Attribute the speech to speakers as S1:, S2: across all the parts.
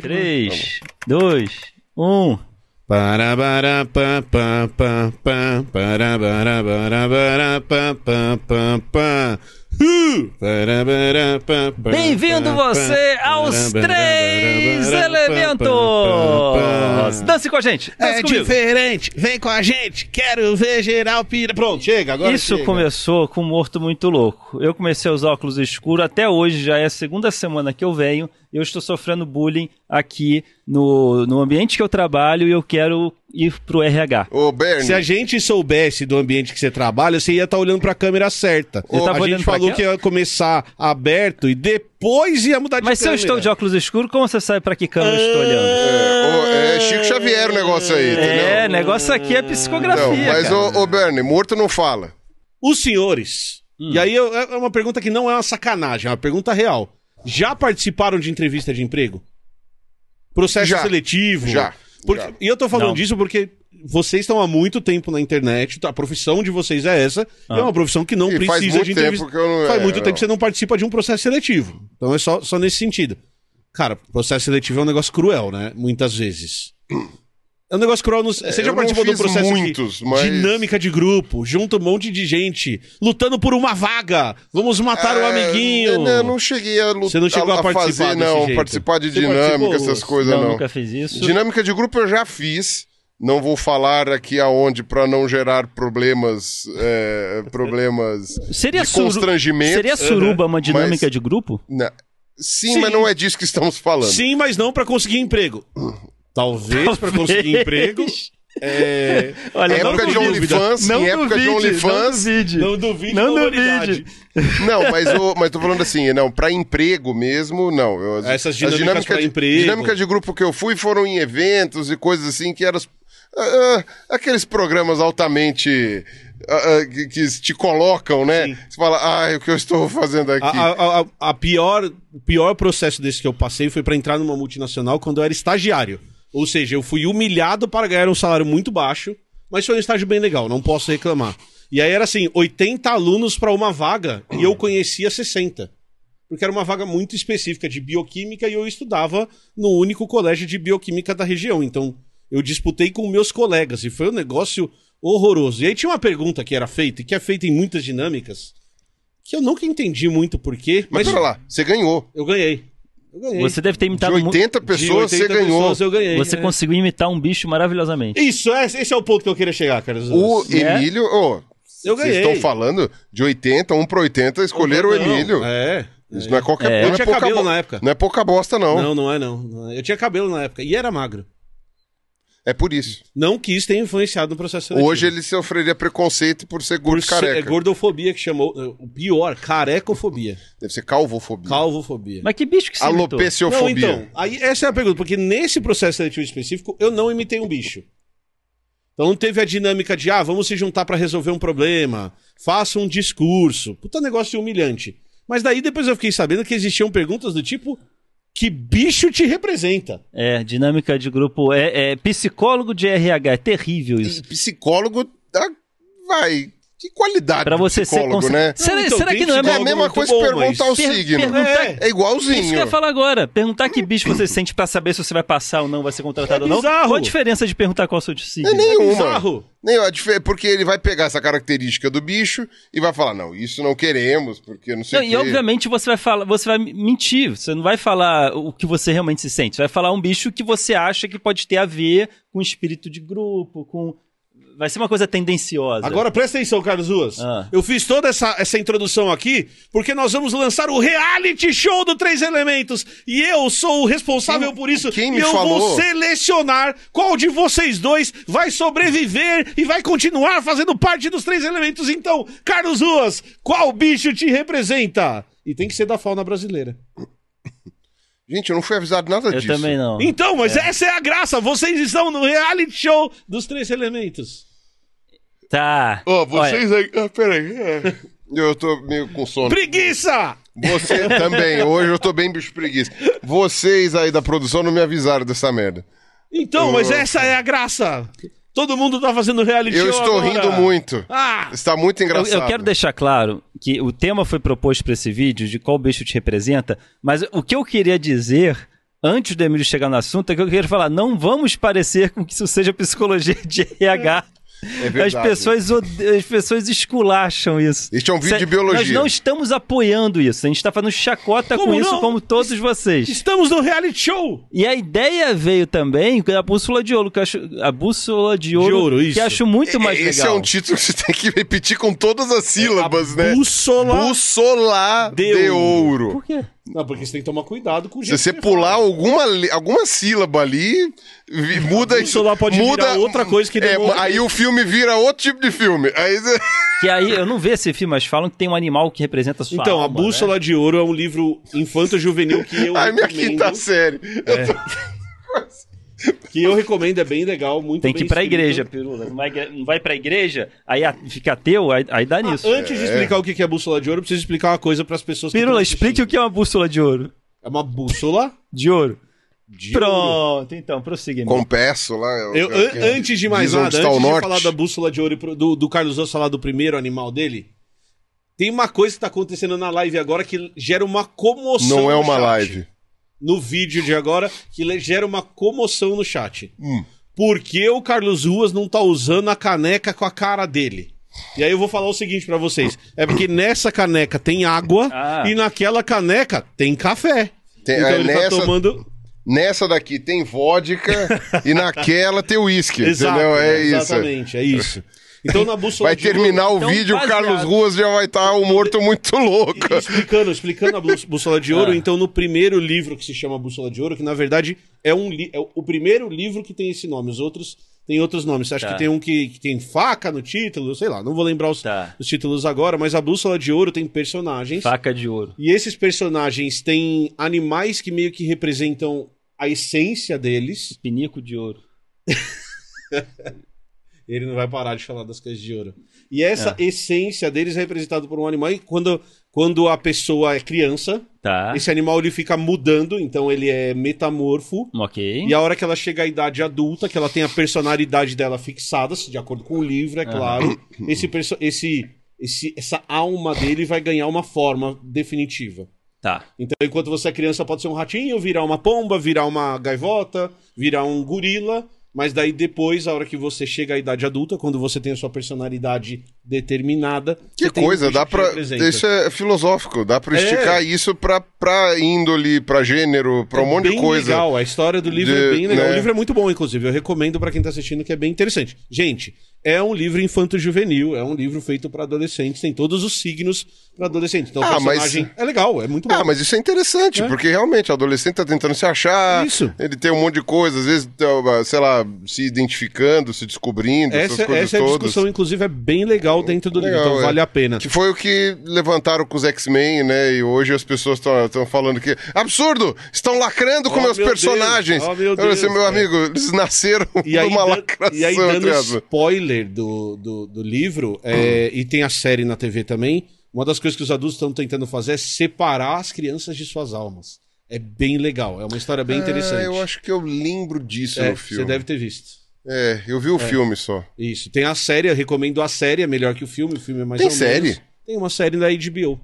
S1: 3, 2, 1.
S2: Parabarapapapapá, parabarabarabarapapampá. Uh! Parabarapapá,
S1: Bem-vindo você aos três elementos! Dance com a gente! Dance
S2: É
S1: comigo!
S2: diferente, vem com a gente, quero ver geral pira. Pronto, chega, agora
S1: Isso
S2: chega.
S1: começou com um morto muito louco. Eu comecei a usar óculos escuros, até hoje já é a segunda semana que eu venho. Eu estou sofrendo bullying aqui no, no ambiente que eu trabalho e eu quero ir pro RH.
S3: Ô, Bernie.
S2: Se a gente soubesse do ambiente que você trabalha, você ia estar olhando pra câmera certa.
S1: Eu tava
S2: a
S1: olhando
S2: gente
S1: pra
S2: falou
S1: quê?
S2: que ia começar aberto e depois ia mudar de
S1: Mas se eu
S2: câmera.
S1: estou de óculos escuros, como você sabe para que câmera eu
S2: Ah,
S1: estou olhando?
S3: ô, é Chico Xavier o negócio aí, entendeu?
S1: É,
S2: né?
S1: negócio aqui é psicografia.
S3: Não, mas,
S1: cara.
S3: ô, ô, Bernie, morto não fala.
S2: Os senhores, e aí eu- é uma pergunta que não é uma sacanagem, é uma pergunta real. Já participaram de entrevista de emprego? Processo
S3: Já.
S2: seletivo?
S3: Já.
S2: Porque-
S3: Já.
S2: E eu tô falando
S1: Não.
S2: disso porque vocês estão há muito tempo na internet, a profissão de vocês é essa, é uma profissão que não
S3: E faz
S2: precisa
S3: muito
S2: de entrevista.
S3: tempo que eu não-
S2: faz
S3: é,
S2: muito tempo
S3: não.
S2: que você não participa de um processo seletivo. Então é só, só nesse sentido. Cara, processo seletivo é um negócio cruel, né? Muitas vezes. É um negócio cruel. No... Você
S3: eu
S2: já
S3: não
S2: participou de um
S3: fiz
S2: processo de
S3: muitos, mas-
S2: dinâmica de grupo, junta um monte de gente, lutando por uma vaga. Vamos matar o
S3: Ah,
S2: amiguinho.
S3: Não, não cheguei a lutar.
S2: Você não chegou a participar
S3: fazer,
S2: desse
S3: não.
S2: jeito.
S3: Participar de
S2: Você
S3: dinâmica,
S2: participou?
S3: essas coisas,
S1: Não,
S3: não.
S1: nunca fiz isso.
S3: Dinâmica de grupo eu já fiz. Não vou falar aqui aonde pra não gerar problemas. é, problemas.
S1: Seria
S3: de
S1: suru-
S3: constrangimento. é.
S1: Seria suruba uma dinâmica
S3: Mas-
S1: de grupo?
S3: Na- Sim,
S2: Sim.
S3: mas não é disso que estamos falando.
S2: Sim, mas não pra conseguir emprego. Talvez pra conseguir emprego. É...
S1: Olha,
S3: Em
S1: não
S3: época de
S1: duvido.
S3: OnlyFans,
S1: Não
S3: em época de
S1: duvide,
S3: OnlyFans,
S1: Não duvide.
S2: Não duvide
S1: Não
S2: da
S1: duvide.
S2: humanidade.
S3: Não, mas, o, mas tô falando assim, não, pra emprego mesmo, não. Eu- as-
S2: Essas
S3: as
S2: dinâmicas pra
S3: de,
S2: emprego.
S3: Dinâmicas de grupo que eu fui foram em eventos e coisas assim que eram as- ah, ah, aqueles programas altamente ah, ah, que, que te colocam, né? Você fala, ai, o que eu estou fazendo aqui?
S2: A, a- a- a pior, o pior processo desse que eu passei foi pra entrar numa multinacional quando eu era estagiário. Ou seja, eu fui humilhado para ganhar um salário muito baixo, mas foi um estágio bem legal, não posso reclamar. E aí era assim, 80 alunos pra uma vaga e eu conhecia 60. Porque era uma vaga muito específica de bioquímica e eu estudava no único colégio de bioquímica da região. Então, eu disputei com meus colegas e foi um negócio horroroso. E aí tinha uma pergunta que era feita, e que é feita em muitas dinâmicas, que eu nunca entendi muito por quê,
S3: mas
S2: mas
S3: pera lá, você ganhou.
S2: eu ganhei. Eu ganhei.
S1: Você deve ter
S3: De
S1: imitado Tá mu-
S3: 80
S2: De
S3: pessoas,
S2: 80
S3: você ganhou.
S2: pessoas, eu ganhei.
S1: Você
S2: É.
S1: conseguiu imitar um bicho maravilhosamente.
S2: Isso, é, esse é o ponto que eu queria chegar, cara.
S3: O
S1: Né?
S3: Emílio, ô,
S2: Eu
S3: vocês
S2: ganhei.
S3: estão falando de 80, 1 para 80, escolheram o
S2: Não,
S3: Emílio.
S2: É.
S3: Isso não é qualquer
S1: É.
S3: não
S2: Eu tinha
S3: pouca
S2: cabelo
S3: bo-
S2: na época.
S3: Não é pouca bosta, não.
S2: Não, não é não. não é. Eu tinha cabelo na época e era magro.
S3: É por isso.
S2: Não que isso tenha influenciado no processo seletivo.
S3: Hoje ele sofreria preconceito por ser
S2: Por
S3: gordo e
S2: ser-
S3: careca.
S2: É gordofobia que chamou. eh, O pior, carecofobia.
S3: Deve ser calvofobia.
S2: Calvofobia.
S1: Mas que bicho que você imitou?
S2: Não,
S3: Alopeciofobia.
S2: então, aí essa é a pergunta, porque nesse processo seletivo específico, eu não imitei um bicho. Então não teve a dinâmica de, ah, vamos se juntar pra resolver um problema, faça um discurso. Puta negócio humilhante. Mas daí depois eu fiquei sabendo que existiam perguntas do tipo, que bicho te representa?
S1: É, dinâmica de grupo. É, é psicólogo de RH. É terrível
S3: E
S1: isso.
S3: psicólogo tá- vai. Que qualidade
S1: Pra
S3: do
S1: você ser
S3: psicólogo,
S1: conse-
S3: né?
S1: Será-
S2: então,
S1: será
S2: tem
S1: que não é
S3: É a
S2: psicólogo
S3: mesma
S2: muito
S3: coisa
S2: bom,
S3: perguntar
S2: mas-
S3: o signo.
S1: perguntar-
S3: É, é
S1: Isso que eu
S3: igualzinho.
S1: ia falar agora. Perguntar que bicho você sente pra saber se você vai passar ou não, vai ser contratado
S2: É
S1: ou não.
S2: bizarro.
S1: Qual a diferença de perguntar qual é o seu signo?
S3: É nenhuma.
S2: bizarro.
S3: Nem, a dif- porque ele vai pegar essa característica do bicho e vai falar, não, isso não queremos, porque não sei
S1: Não,
S3: o quê.
S1: e obviamente você vai falar, você vai mentir, você não vai falar o que você realmente se sente, você vai falar um bicho que você acha que pode ter a ver com espírito de grupo, com vai ser uma coisa tendenciosa.
S2: Agora presta atenção, Carlos Ruas.
S1: Ah.
S2: Eu fiz toda essa, essa introdução aqui porque nós vamos lançar o reality show do Três Elementos. E eu sou o responsável
S3: Quem-
S2: por isso.
S3: quem me
S2: e eu vou
S3: falou?
S2: selecionar qual de vocês dois vai sobreviver e vai continuar fazendo parte dos Três Elementos. Então, Carlos Ruas, qual bicho te representa? E tem que ser da fauna brasileira.
S3: Gente, eu não fui avisado nada
S1: eu
S3: disso.
S1: também não.
S2: Então, mas essa é a graça. Vocês estão no reality show dos Três Elementos.
S1: Tá.
S3: Ó,
S1: Olha,
S3: vocês aí... Ah, peraí. é. Eu tô meio com sono.
S2: Preguiça!
S3: Você também. Hoje eu tô bem bicho preguiça. Vocês aí da produção não me avisaram dessa merda.
S2: Então, mas essa é a graça. Todo mundo tá fazendo reality
S3: Eu
S2: show
S3: estou
S2: agora.
S3: rindo muito.
S2: Ah!
S3: Está muito
S1: eu,
S3: engraçado.
S1: eu quero deixar claro que o tema foi proposto pra esse vídeo de qual bicho te representa, mas o que eu queria dizer antes do Emílio chegar no assunto é que eu queria falar, não vamos parecer com que isso seja psicologia de RH.
S3: É verdade.
S1: As pessoas, ode- as pessoas esculacham isso.
S3: Este é um vídeo
S1: Cê-
S3: de biologia.
S1: Nós não estamos apoiando isso. A gente está fazendo chacota
S2: Como
S1: com isso,
S2: não?
S1: como todos vocês.
S2: Estamos no reality show!
S1: E a ideia veio também da bússola de ouro, que eu acho, a bússola de ouro,
S2: ouro,
S1: que
S2: isso.
S1: eu acho muito mais
S3: Esse
S1: legal.
S3: é um título que você tem que repetir com todas as sílabas, né?
S2: É Bússola.
S3: Bússola de,
S2: de
S3: ouro.
S1: Por quê?
S2: Não, porque você tem que tomar cuidado com o
S3: Se
S2: jeito
S3: você
S2: que
S3: pular alguma, li- alguma sílaba ali, vi- muda isso.
S2: bússola pode
S3: muda,
S2: virar outra coisa que
S3: é,
S2: demora.
S3: Aí o filme vira outro tipo de filme. Aí você-
S1: Que aí, eu não vi esse filme, mas falam que tem um animal que representa a sua
S2: Então, A
S1: alma, né?
S2: Bússola de Ouro é um livro infanto-juvenil que eu
S3: Ai, minha
S2: recomendo.
S3: quinta série. Eu tô-
S2: Que eu recomendo, é bem legal, muito
S1: Tem que
S2: bem
S1: ir pra
S2: escrito.
S1: igreja, Pirula.
S2: né?
S1: Não vai, não vai pra igreja, aí a- fica ateu, aí, aí dá nisso.
S2: Ah, Antes de explicar o que é Bússola de Ouro, eu preciso explicar uma coisa pras pessoas que
S1: Pirula,
S2: estão
S1: explique o que é uma bússola de ouro.
S2: assistindo. É uma bússola
S1: De ouro.
S2: de ouro.
S1: Pronto, então, prossiga. Emílio.
S3: Com peço lá. é
S2: Eu- an- antes de mais
S3: diz onde
S2: nada,
S3: está o
S2: antes de
S3: norte.
S2: falar da bússola de ouro e pro- do, do Carlos Osso falar do primeiro animal dele, tem uma coisa que tá acontecendo na live agora que gera uma comoção
S3: Não é
S2: no
S3: uma
S2: chat.
S3: live.
S2: No vídeo de agora, que le- gera uma comoção no chat.
S3: Hum.
S2: Por que o Carlos Ruas não tá usando a caneca com a cara dele? E aí eu vou falar o seguinte pra vocês. É porque nessa caneca tem água
S1: Ah.
S2: e naquela caneca tem café.
S3: Tem-
S2: então
S3: é,
S2: ele tá
S3: nessa-
S2: tomando...
S3: Nessa daqui tem vodka e naquela tem uísque. Entendeu? É isso.
S2: Exatamente, é isso. Então na bússola
S3: Vai
S2: de ouro-
S3: terminar o
S1: Então,
S3: vídeo, o
S1: baseado.
S3: Carlos Ruas já vai estar um morto muito louco.
S2: E explicando, explicando a bús- Bússola de
S1: Ah.
S2: Ouro, então no primeiro livro que se chama Bússola de Ouro, que na verdade é, um li- é o primeiro livro que tem esse nome, os outros têm outros nomes. Acho
S1: Tá.
S2: que tem um que, que tem faca no título, sei lá, não vou lembrar os,
S1: Tá.
S2: os títulos agora, mas a Bússola de Ouro tem personagens.
S1: Faca de ouro.
S2: E esses personagens têm animais que meio que representam a essência deles.
S1: Pinico de ouro.
S2: Ele não vai parar de falar das coisas de ouro. E essa
S1: Ah.
S2: essência deles é representada por um animal. E quando, quando a pessoa é criança,
S1: Tá.
S2: Esse animal ele fica mudando, então ele é metamorfo.
S1: é Ok.
S2: E a hora que ela chega à idade adulta, que ela tem a personalidade dela fixada, se de acordo com o livro, é claro, esse, perso- esse, esse, essa alma dele vai ganhar uma forma definitiva.
S1: Tá.
S2: Então, enquanto você é criança, pode ser um ratinho, virar uma pomba, virar uma gaivota, virar um gorila. Mas daí depois, a hora que você chega à idade adulta, quando você tem a sua personalidade determinada.
S3: Que
S2: você tem um
S3: coisa,
S2: bicho
S3: dá
S2: que te
S3: pra.
S2: representa.
S3: Isso é filosófico, dá pra
S2: É.
S3: esticar isso pra, pra índole, pra gênero, pra um
S2: É
S3: monte de
S2: bem
S3: coisa.
S2: legal, a história do livro é
S3: De-
S2: bem legal.
S3: né?
S2: O livro é muito bom, inclusive. Eu recomendo pra quem tá assistindo, que é bem interessante. Gente, é um livro infanto-juvenil, é um livro feito pra adolescentes, tem todos os signos pra adolescentes. Então, o
S3: Ah, mas-
S2: personagem é legal, é muito bom.
S3: Ah, mas isso é interessante, porque realmente o adolescente tá tentando se achar,
S2: Isso.
S3: ele tem um monte de coisa, às vezes, tá, sei lá, se identificando, se descobrindo,
S2: essa
S3: essas coisas
S2: essa é a
S3: todas.
S2: discussão, inclusive, é bem legal dentro do livro,
S3: Legal,
S2: então
S3: é.
S2: vale a pena.
S3: Que foi o que levantaram com os X-Men, né? E hoje as pessoas estão falando que. Absurdo! Estão lacrando com
S2: Oh,
S3: meus
S2: meu
S3: personagens!
S2: Deus, oh, meu
S3: Eu falei assim,
S2: Deus,
S3: meu
S2: cara.
S3: amigo, eles nasceram
S2: E aí,
S3: numa
S2: dan-
S3: lacração,
S2: e aí
S3: entre
S2: dando
S3: aspas. Hum.
S2: spoiler do, do, do livro, é, e tem a série na TV também, uma das coisas que os adultos estão tentando fazer é separar as crianças de suas almas. É bem legal, é uma história bem
S3: Ah,
S2: interessante.
S3: eu acho que eu lembro disso
S2: É,
S3: no filme.
S2: Você deve ter visto.
S3: É, eu vi o filme só.
S2: Isso. Tem a série, eu recomendo a série, é melhor que o filme, o filme é mais
S3: Tem
S2: ou
S3: série?
S2: menos. Tem uma série da HBO,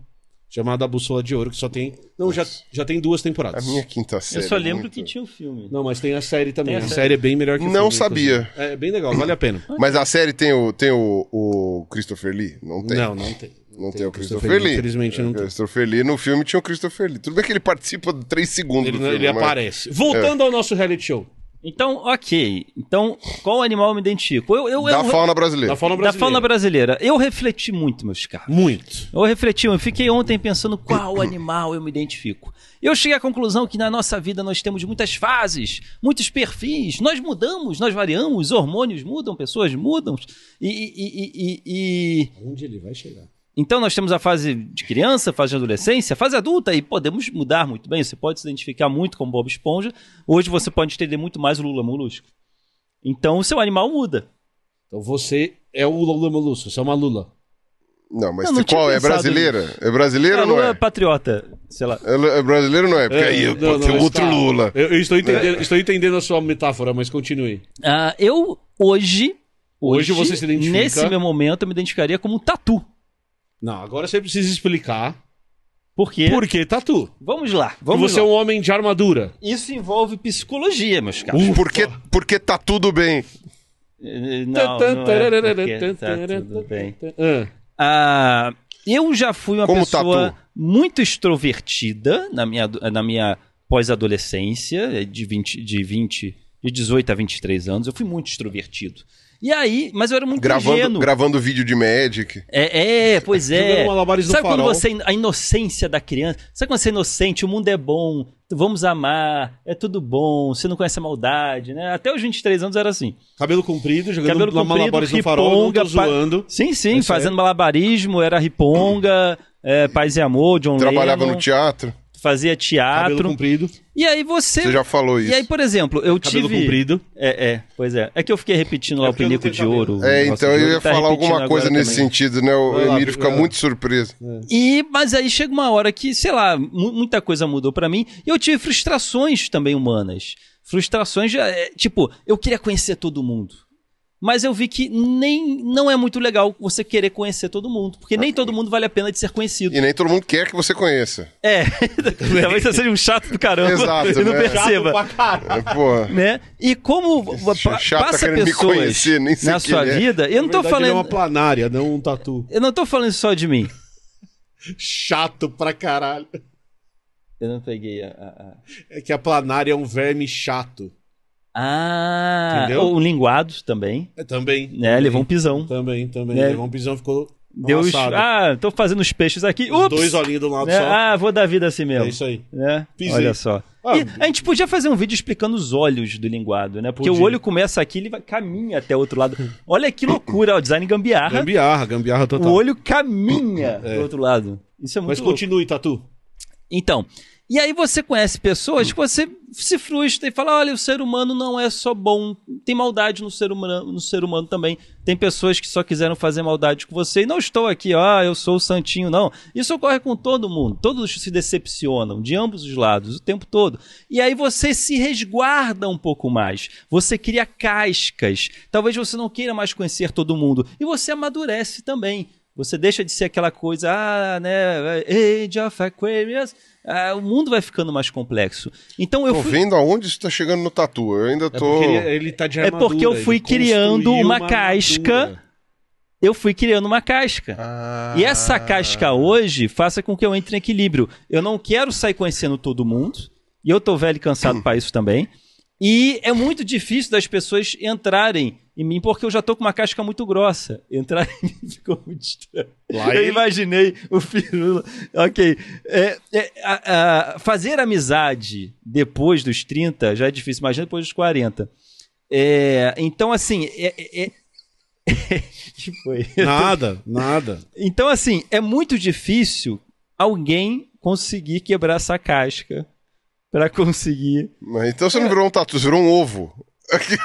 S2: chamada A Bússola de Ouro, que só tem... Não, já, já tem duas
S3: A
S2: temporadas.
S3: minha quinta série.
S1: Eu só
S3: é
S1: lembro
S3: muito-
S1: que tinha o filme.
S2: Não, mas tem a série também.
S1: Tem a
S2: a série.
S1: série.
S2: é bem melhor que o
S3: Não
S2: filme.
S3: sabia.
S2: inclusive. É bem legal, vale a pena.
S3: Mas a série tem o, tem o, o Christopher Lee? Não tem.
S2: Não, não tem.
S3: Não tem o Christopher Lee. É,
S2: Infelizmente não
S3: O
S2: tem.
S3: Christopher Lee, no filme tinha o Christopher Lee. Tudo bem que ele participa de 3 segundos
S2: Ele,
S3: do filme.
S2: ele
S3: mas- É.
S2: aparece. Voltando ao nosso reality show.
S1: Então, ok. Então, qual animal eu me identifico? Eu, eu,
S3: Da
S1: eu,
S3: fauna brasileira.
S2: Da fauna
S1: da
S2: brasileira.
S1: fauna brasileira. Eu refleti muito, meus caros.
S2: Muito.
S1: Eu refleti, eu fiquei ontem pensando qual animal eu me identifico. Eu cheguei à conclusão que na nossa vida nós temos muitas fases, muitos perfis, nós mudamos, nós variamos, hormônios mudam, pessoas mudam. E, e- e- e- e-
S2: Onde ele vai chegar?
S1: Então nós temos a fase de criança, fase de adolescência, fase adulta e podemos mudar muito bem. Você pode se identificar muito com Bob Esponja. Hoje você pode entender muito mais o Lula Molusco. Então o seu animal muda.
S2: Então você é o Lula Molusco, você é uma Lula.
S3: Não, mas
S1: Eu não
S3: qual?
S1: tinha
S3: É
S1: pensado
S3: brasileira? É
S1: É,
S3: brasileira ou não
S1: Lula
S3: é?
S1: é patriota, sei lá.
S3: É lu- É brasileiro ou não é? Porque
S2: É,
S3: aí
S2: não,
S3: pô, tem
S2: não,
S3: o outro
S2: está.
S3: Lula.
S2: Eu, eu estou, entendendo, estou entendendo a sua metáfora, mas continue.
S1: Ah, eu hoje,
S2: Hoje você se identifica-
S1: Nesse meu momento, eu me identificaria como um tatu.
S2: Não, agora você precisa explicar
S1: Por quê?
S2: por que tatu.
S1: Vamos lá.
S2: Que
S1: Vamos
S2: você é
S1: lá.
S2: um homem de armadura.
S1: Isso envolve psicologia, meus caros.
S2: um Ufa.
S3: Porque, porque tá tudo bem.
S1: Eh, Não, não é porque tá tudo bem.
S2: Ah,
S1: Ah, eu já fui uma
S3: Como tá
S1: pessoa
S3: tatu.
S1: muito extrovertida na minha, ado- na minha pós-adolescência, eh, de 20, de 20, de 18 a 23 anos. Eu fui muito extrovertido. E aí, mas eu era muito
S3: Gravando,
S1: ingênuo.
S3: gravando vídeo de Magic.
S1: É, é, pois é.
S2: Jogando malabares no
S1: Sabe quando
S2: farol.
S1: você. A inocência da criança. Sabe quando você é inocente? O mundo é bom, vamos amar, é tudo bom, você não conhece a maldade, né? Até os 23 anos era assim.
S2: cabelo comprido, jogando
S1: Cabelo
S2: lá malabares
S1: comprido,
S2: no farol, não
S1: riponga,
S2: tô
S1: pa-
S2: zoando.
S1: Sim, sim,
S2: É isso aí.
S1: fazendo malabarismo, era riponga, é, paz e amor, John
S3: Trabalhava
S1: Lennon,
S3: no teatro.
S1: fazia
S2: Cabelo
S1: teatro.
S2: comprido,
S1: E aí você.
S3: Você já falou isso.
S1: E aí, por exemplo, eu
S2: cabelo
S1: tive.
S2: comprido.
S1: É, é, pois é. É que eu fiquei repetindo lá
S2: É
S1: o
S2: porque eu não
S1: pinico
S2: tenho
S1: de
S2: cabelo.
S1: ouro. o
S3: é,
S1: negócio
S3: então
S1: de
S3: eu
S1: ouro,
S3: ia
S1: tá
S3: falar
S1: repetindo
S3: alguma coisa
S1: agora
S3: nesse
S1: também.
S3: sentido, né? O
S2: Vai lá,
S3: Emílio fica
S2: vai lá.
S3: muito surpreso.
S1: E, mas aí chega uma hora que, sei lá, mu- muita coisa mudou pra mim. E eu tive frustrações também humanas. Frustrações, já, é, tipo, eu queria conhecer todo mundo. Mas eu vi que nem não é muito legal você querer conhecer todo mundo, porque nem todo mundo vale a pena de ser conhecido.
S3: E nem todo mundo quer que você conheça.
S1: É, talvez você seja um chato do caramba
S3: Exato,
S1: e não
S3: né?
S1: perceba.
S3: É, Porra.
S1: Né? E como pa-
S3: chato tá
S1: passa
S3: querendo me
S1: pessoas
S3: conhecer, nem sei
S1: na
S3: quem
S1: sua
S3: ele é.
S1: vida, eu não
S2: Na
S1: tô
S2: verdade, ele é
S1: falando.
S2: uma planária, não um tatu.
S1: Eu não tô falando só de mim.
S2: Chato pra caralho.
S1: Eu não peguei a- a... a-
S2: É que a planária é um verme chato.
S1: Ah,
S2: Entendeu?
S1: ou linguado também.
S2: É, também.
S1: Né, levou um pisão.
S2: Também, também.
S1: Né?
S2: Levou um pisão, ficou
S1: Deu os-
S2: amassado.
S1: Ah, tô fazendo os peixes aqui. Ups!
S2: Dois olhinhos de um lado
S1: Né?
S2: só.
S1: Ah, vou dar vida assim mesmo.
S2: É isso aí.
S1: Né?
S2: Pisei.
S1: Olha só.
S2: Ah,
S1: E a gente podia fazer um vídeo explicando os olhos do linguado, né? Porque
S2: Podia.
S1: o olho começa aqui, ele vai- caminha até o outro lado. Olha que loucura, ó, design gambiarra.
S2: Gambiarra, gambiarra
S1: O
S2: total.
S1: olho caminha pro outro lado. Isso é muito
S2: Mas
S1: louco.
S2: continue, Tatu.
S1: Então, e aí você conhece pessoas que você se frustra e fala: olha, o ser humano não é só bom, tem maldade no ser humano, no ser humano também. Tem pessoas que só quiseram fazer maldade com você. E não estou aqui, ah, eu sou o santinho, não. Isso ocorre com todo mundo. Todos se decepcionam de ambos os lados, o tempo todo. E aí você se resguarda um pouco mais. Você cria cascas. Talvez você não queira mais conhecer todo mundo. E você amadurece também. Você deixa de ser aquela coisa, ah, né, Age of Aquarius. Ah, o mundo vai ficando mais complexo. Então eu
S3: Tô
S1: fui,
S3: vendo aonde isso tá chegando no tatu. Eu ainda
S2: É
S3: tô.
S2: porque ele, ele tá de
S1: É
S2: armadura.
S1: porque eu fui
S2: ele
S1: criando
S2: construiu
S1: uma casca.
S2: armadura.
S1: eu fui criando uma casca.
S3: Ah.
S1: E essa casca hoje faça com que eu entre em equilíbrio. Eu não quero sair conhecendo todo mundo, e eu tô velho e cansado pra isso também. E é muito difícil das pessoas entrarem em mim, porque eu já tô com uma casca muito grossa. Entrar em mim ficou muito estranho.
S2: Lá
S1: eu
S2: ele-
S1: imaginei o Firula. Ok. É, é, a- a- fazer amizade depois dos 30 já é difícil, imagina depois dos 40. É, então, assim. É, é, é... que foi?
S2: Nada, nada.
S1: Então, assim, é muito difícil alguém conseguir quebrar essa casca pra conseguir.
S3: Mas Então
S1: É.
S3: você não virou um tatu, você virou um ovo.
S2: mas-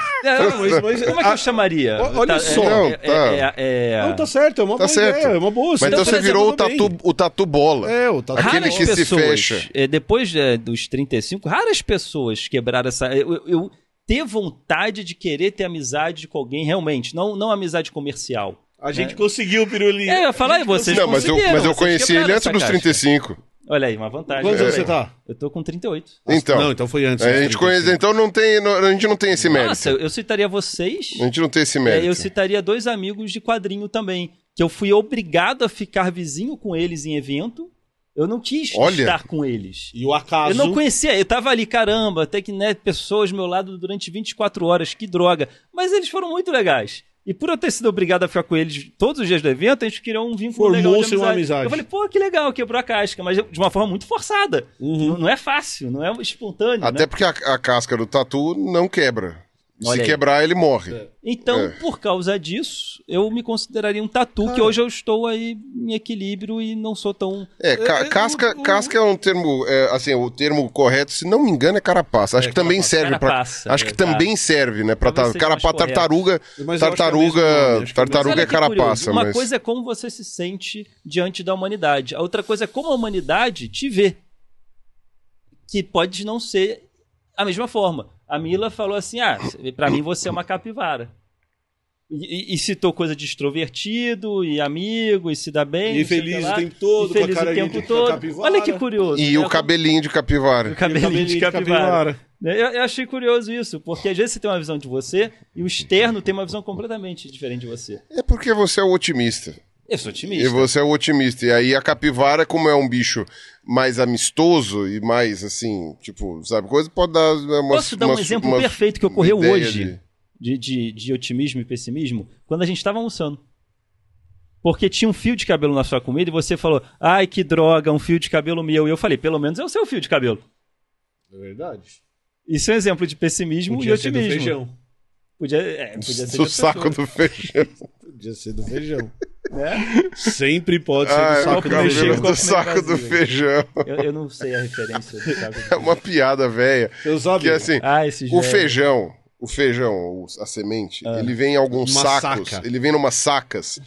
S2: mas-
S1: Como é que eu chamaria?
S2: Ah, o- olha só.
S1: é-
S3: Não,
S1: é-
S3: tá.
S1: é- é- é-
S2: Não, tá certo, é uma
S3: Tá
S2: boa
S3: certo.
S2: ideia, é uma boa.
S3: Mas então
S1: por
S3: você
S1: exemplo,
S3: virou o
S2: mandou
S3: tatu,
S2: bem.
S3: o tatu bola.
S2: É, o Tatu.
S3: Aquele
S1: Raras
S3: que se
S1: pessoas,
S3: fecha.
S1: é, depois é, dos 35, raras pessoas quebraram essa. Eu, eu- eu ter vontade de querer ter amizade com alguém realmente, não, não amizade comercial.
S2: A gente conseguiu, Pirulinha.
S1: É, eu ia falar, e vocês
S3: Não, mas eu,
S1: conseguiram,
S3: mas eu
S1: vocês
S3: conheci
S1: quebraram
S3: ele antes
S1: essa
S3: dos
S1: caixa.
S3: 35.
S1: Olha aí, uma vantagem.
S2: Quantos anos
S1: Olha
S2: você
S1: aí.
S2: tá?
S1: Eu tô com 38.
S3: Então.
S2: Não, então foi antes.
S3: É, a
S2: dos
S3: gente
S2: 35.
S3: conhece, então não tem, não- a gente não tem esse mérito.
S1: Nossa, eu- eu citaria vocês.
S3: A gente não tem esse
S1: É,
S3: mérito.
S1: eu citaria dois amigos de quadrinho também, que eu fui obrigado a ficar vizinho com eles em evento. Eu não quis
S3: Olha.
S1: estar com eles.
S2: E o acaso.
S1: Eu não conhecia, eu tava ali, caramba, até que né, pessoas ao meu lado durante 24 horas, que droga. Mas eles foram muito legais. E por eu ter sido obrigado a ficar com eles todos os dias do evento, a gente criou um vínculo legal de
S2: Formou-se
S1: amizade.
S2: uma amizade.
S1: Eu falei, pô, que legal, quebrou a casca, mas de uma forma muito forçada.
S2: Uhum.
S1: Não, não é fácil, não é espontâneo. né?
S3: Até porque a, a casca do tatu não quebra.
S1: Olha
S3: Se
S1: aí.
S3: quebrar, ele morre.
S1: Então,
S3: É.
S1: por causa disso, eu me consideraria um tatu, que hoje eu estou aí em equilíbrio e não sou tão.
S3: É, ca-
S2: É, é,
S3: casca,
S2: o- o-
S3: casca é um termo, é, assim, o termo correto, se não me engano, é carapaça. Acho que também serve para
S1: Carapaça,
S3: Acho que
S1: é,
S3: também serve, né, para
S1: Talvez seja
S3: tar,
S1: mais
S3: carapa,
S1: correto.
S3: tartaruga,
S2: Mas eu acho que é o mesmo nome, acho que
S3: tartaruga,
S2: é o
S1: Mas
S3: tartaruga
S1: olha
S3: é
S1: que curioso,
S3: carapaça,
S1: Uma
S3: mas
S1: coisa é como você se sente diante da humanidade, a outra coisa é como a humanidade te vê. Que pode não ser a mesma forma. A Mila falou assim: ah, pra mim você é uma capivara. E, e- e citou coisa de extrovertido e amigo e se dá bem.
S2: E
S1: não sei o que
S2: feliz o
S1: lá.
S2: tempo todo,
S1: E feliz
S2: com a cara
S1: o
S2: de
S1: tempo
S2: ca-
S1: todo.
S2: capivara.
S1: Olha que curioso.
S3: e
S1: né?
S3: o cabelinho de capivara.
S1: O cabelinho, de capivara.
S2: capivara.
S1: Né? Eu, eu achei curioso isso, porque às vezes você tem uma visão de você e o externo tem uma visão completamente diferente de você.
S3: É porque você é o otimista.
S1: Eu sou otimista.
S3: E você é o otimista. E aí a capivara, como é um bicho mais amistoso e mais assim, tipo, sabe, coisa, pode dar uma
S1: Posso dar um exemplo perfeito que ocorreu hoje de... de- de otimismo e pessimismo? Quando a gente estava almoçando. Porque tinha um fio de cabelo na sua comida e você falou, ai que droga, um fio de cabelo meu. E eu falei, pelo menos é o seu fio de cabelo.
S2: É verdade.
S1: Isso é um exemplo de pessimismo e
S2: Podia ser do
S1: otimismo.
S2: feijão.
S1: Podia, é, podia ser
S3: Do
S1: de outra
S3: saco
S1: pessoa.
S3: do feijão.
S2: Podia ser do feijão. Né? Sempre pode ser do
S3: Ah, é o
S2: saco do
S1: cabelo
S2: feijão.
S3: cabelo
S1: chego a
S3: do
S1: comer
S3: saco do
S1: vazio.
S3: feijão.
S1: Eu, eu não sei a referência do saco do
S3: É uma piada velha.
S2: Eu sabe.
S3: Que é assim,
S1: Ah, esse Ah. gel.
S3: o feijão, o feijão, o- a semente, ele vem em alguns
S2: Uma
S3: sacos,
S2: saca.
S3: ele vem em umas sacas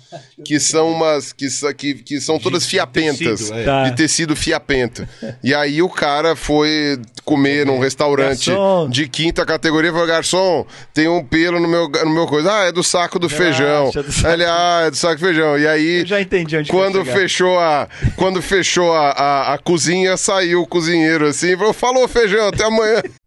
S3: que são umas que, sa- que, que são todas
S2: de
S3: fiapentas,
S2: tecido, é.
S1: Tá.
S3: de tecido fiapento. e aí o cara foi comer num restaurante
S1: Garçom.
S3: de quinta categoria, e falou: "Garçom, tem um pelo no meu no meu coisa. Ah, é do saco do feijão".
S1: é do saco.
S3: Aí Ele, ah, é do saco do feijão. E aí
S1: Eu já entendi onde que eu
S3: quando
S1: ia chegar.
S3: fechou a quando fechou a, a, a cozinha, saiu o cozinheiro assim, e falou: "Falou, feijão, até amanhã".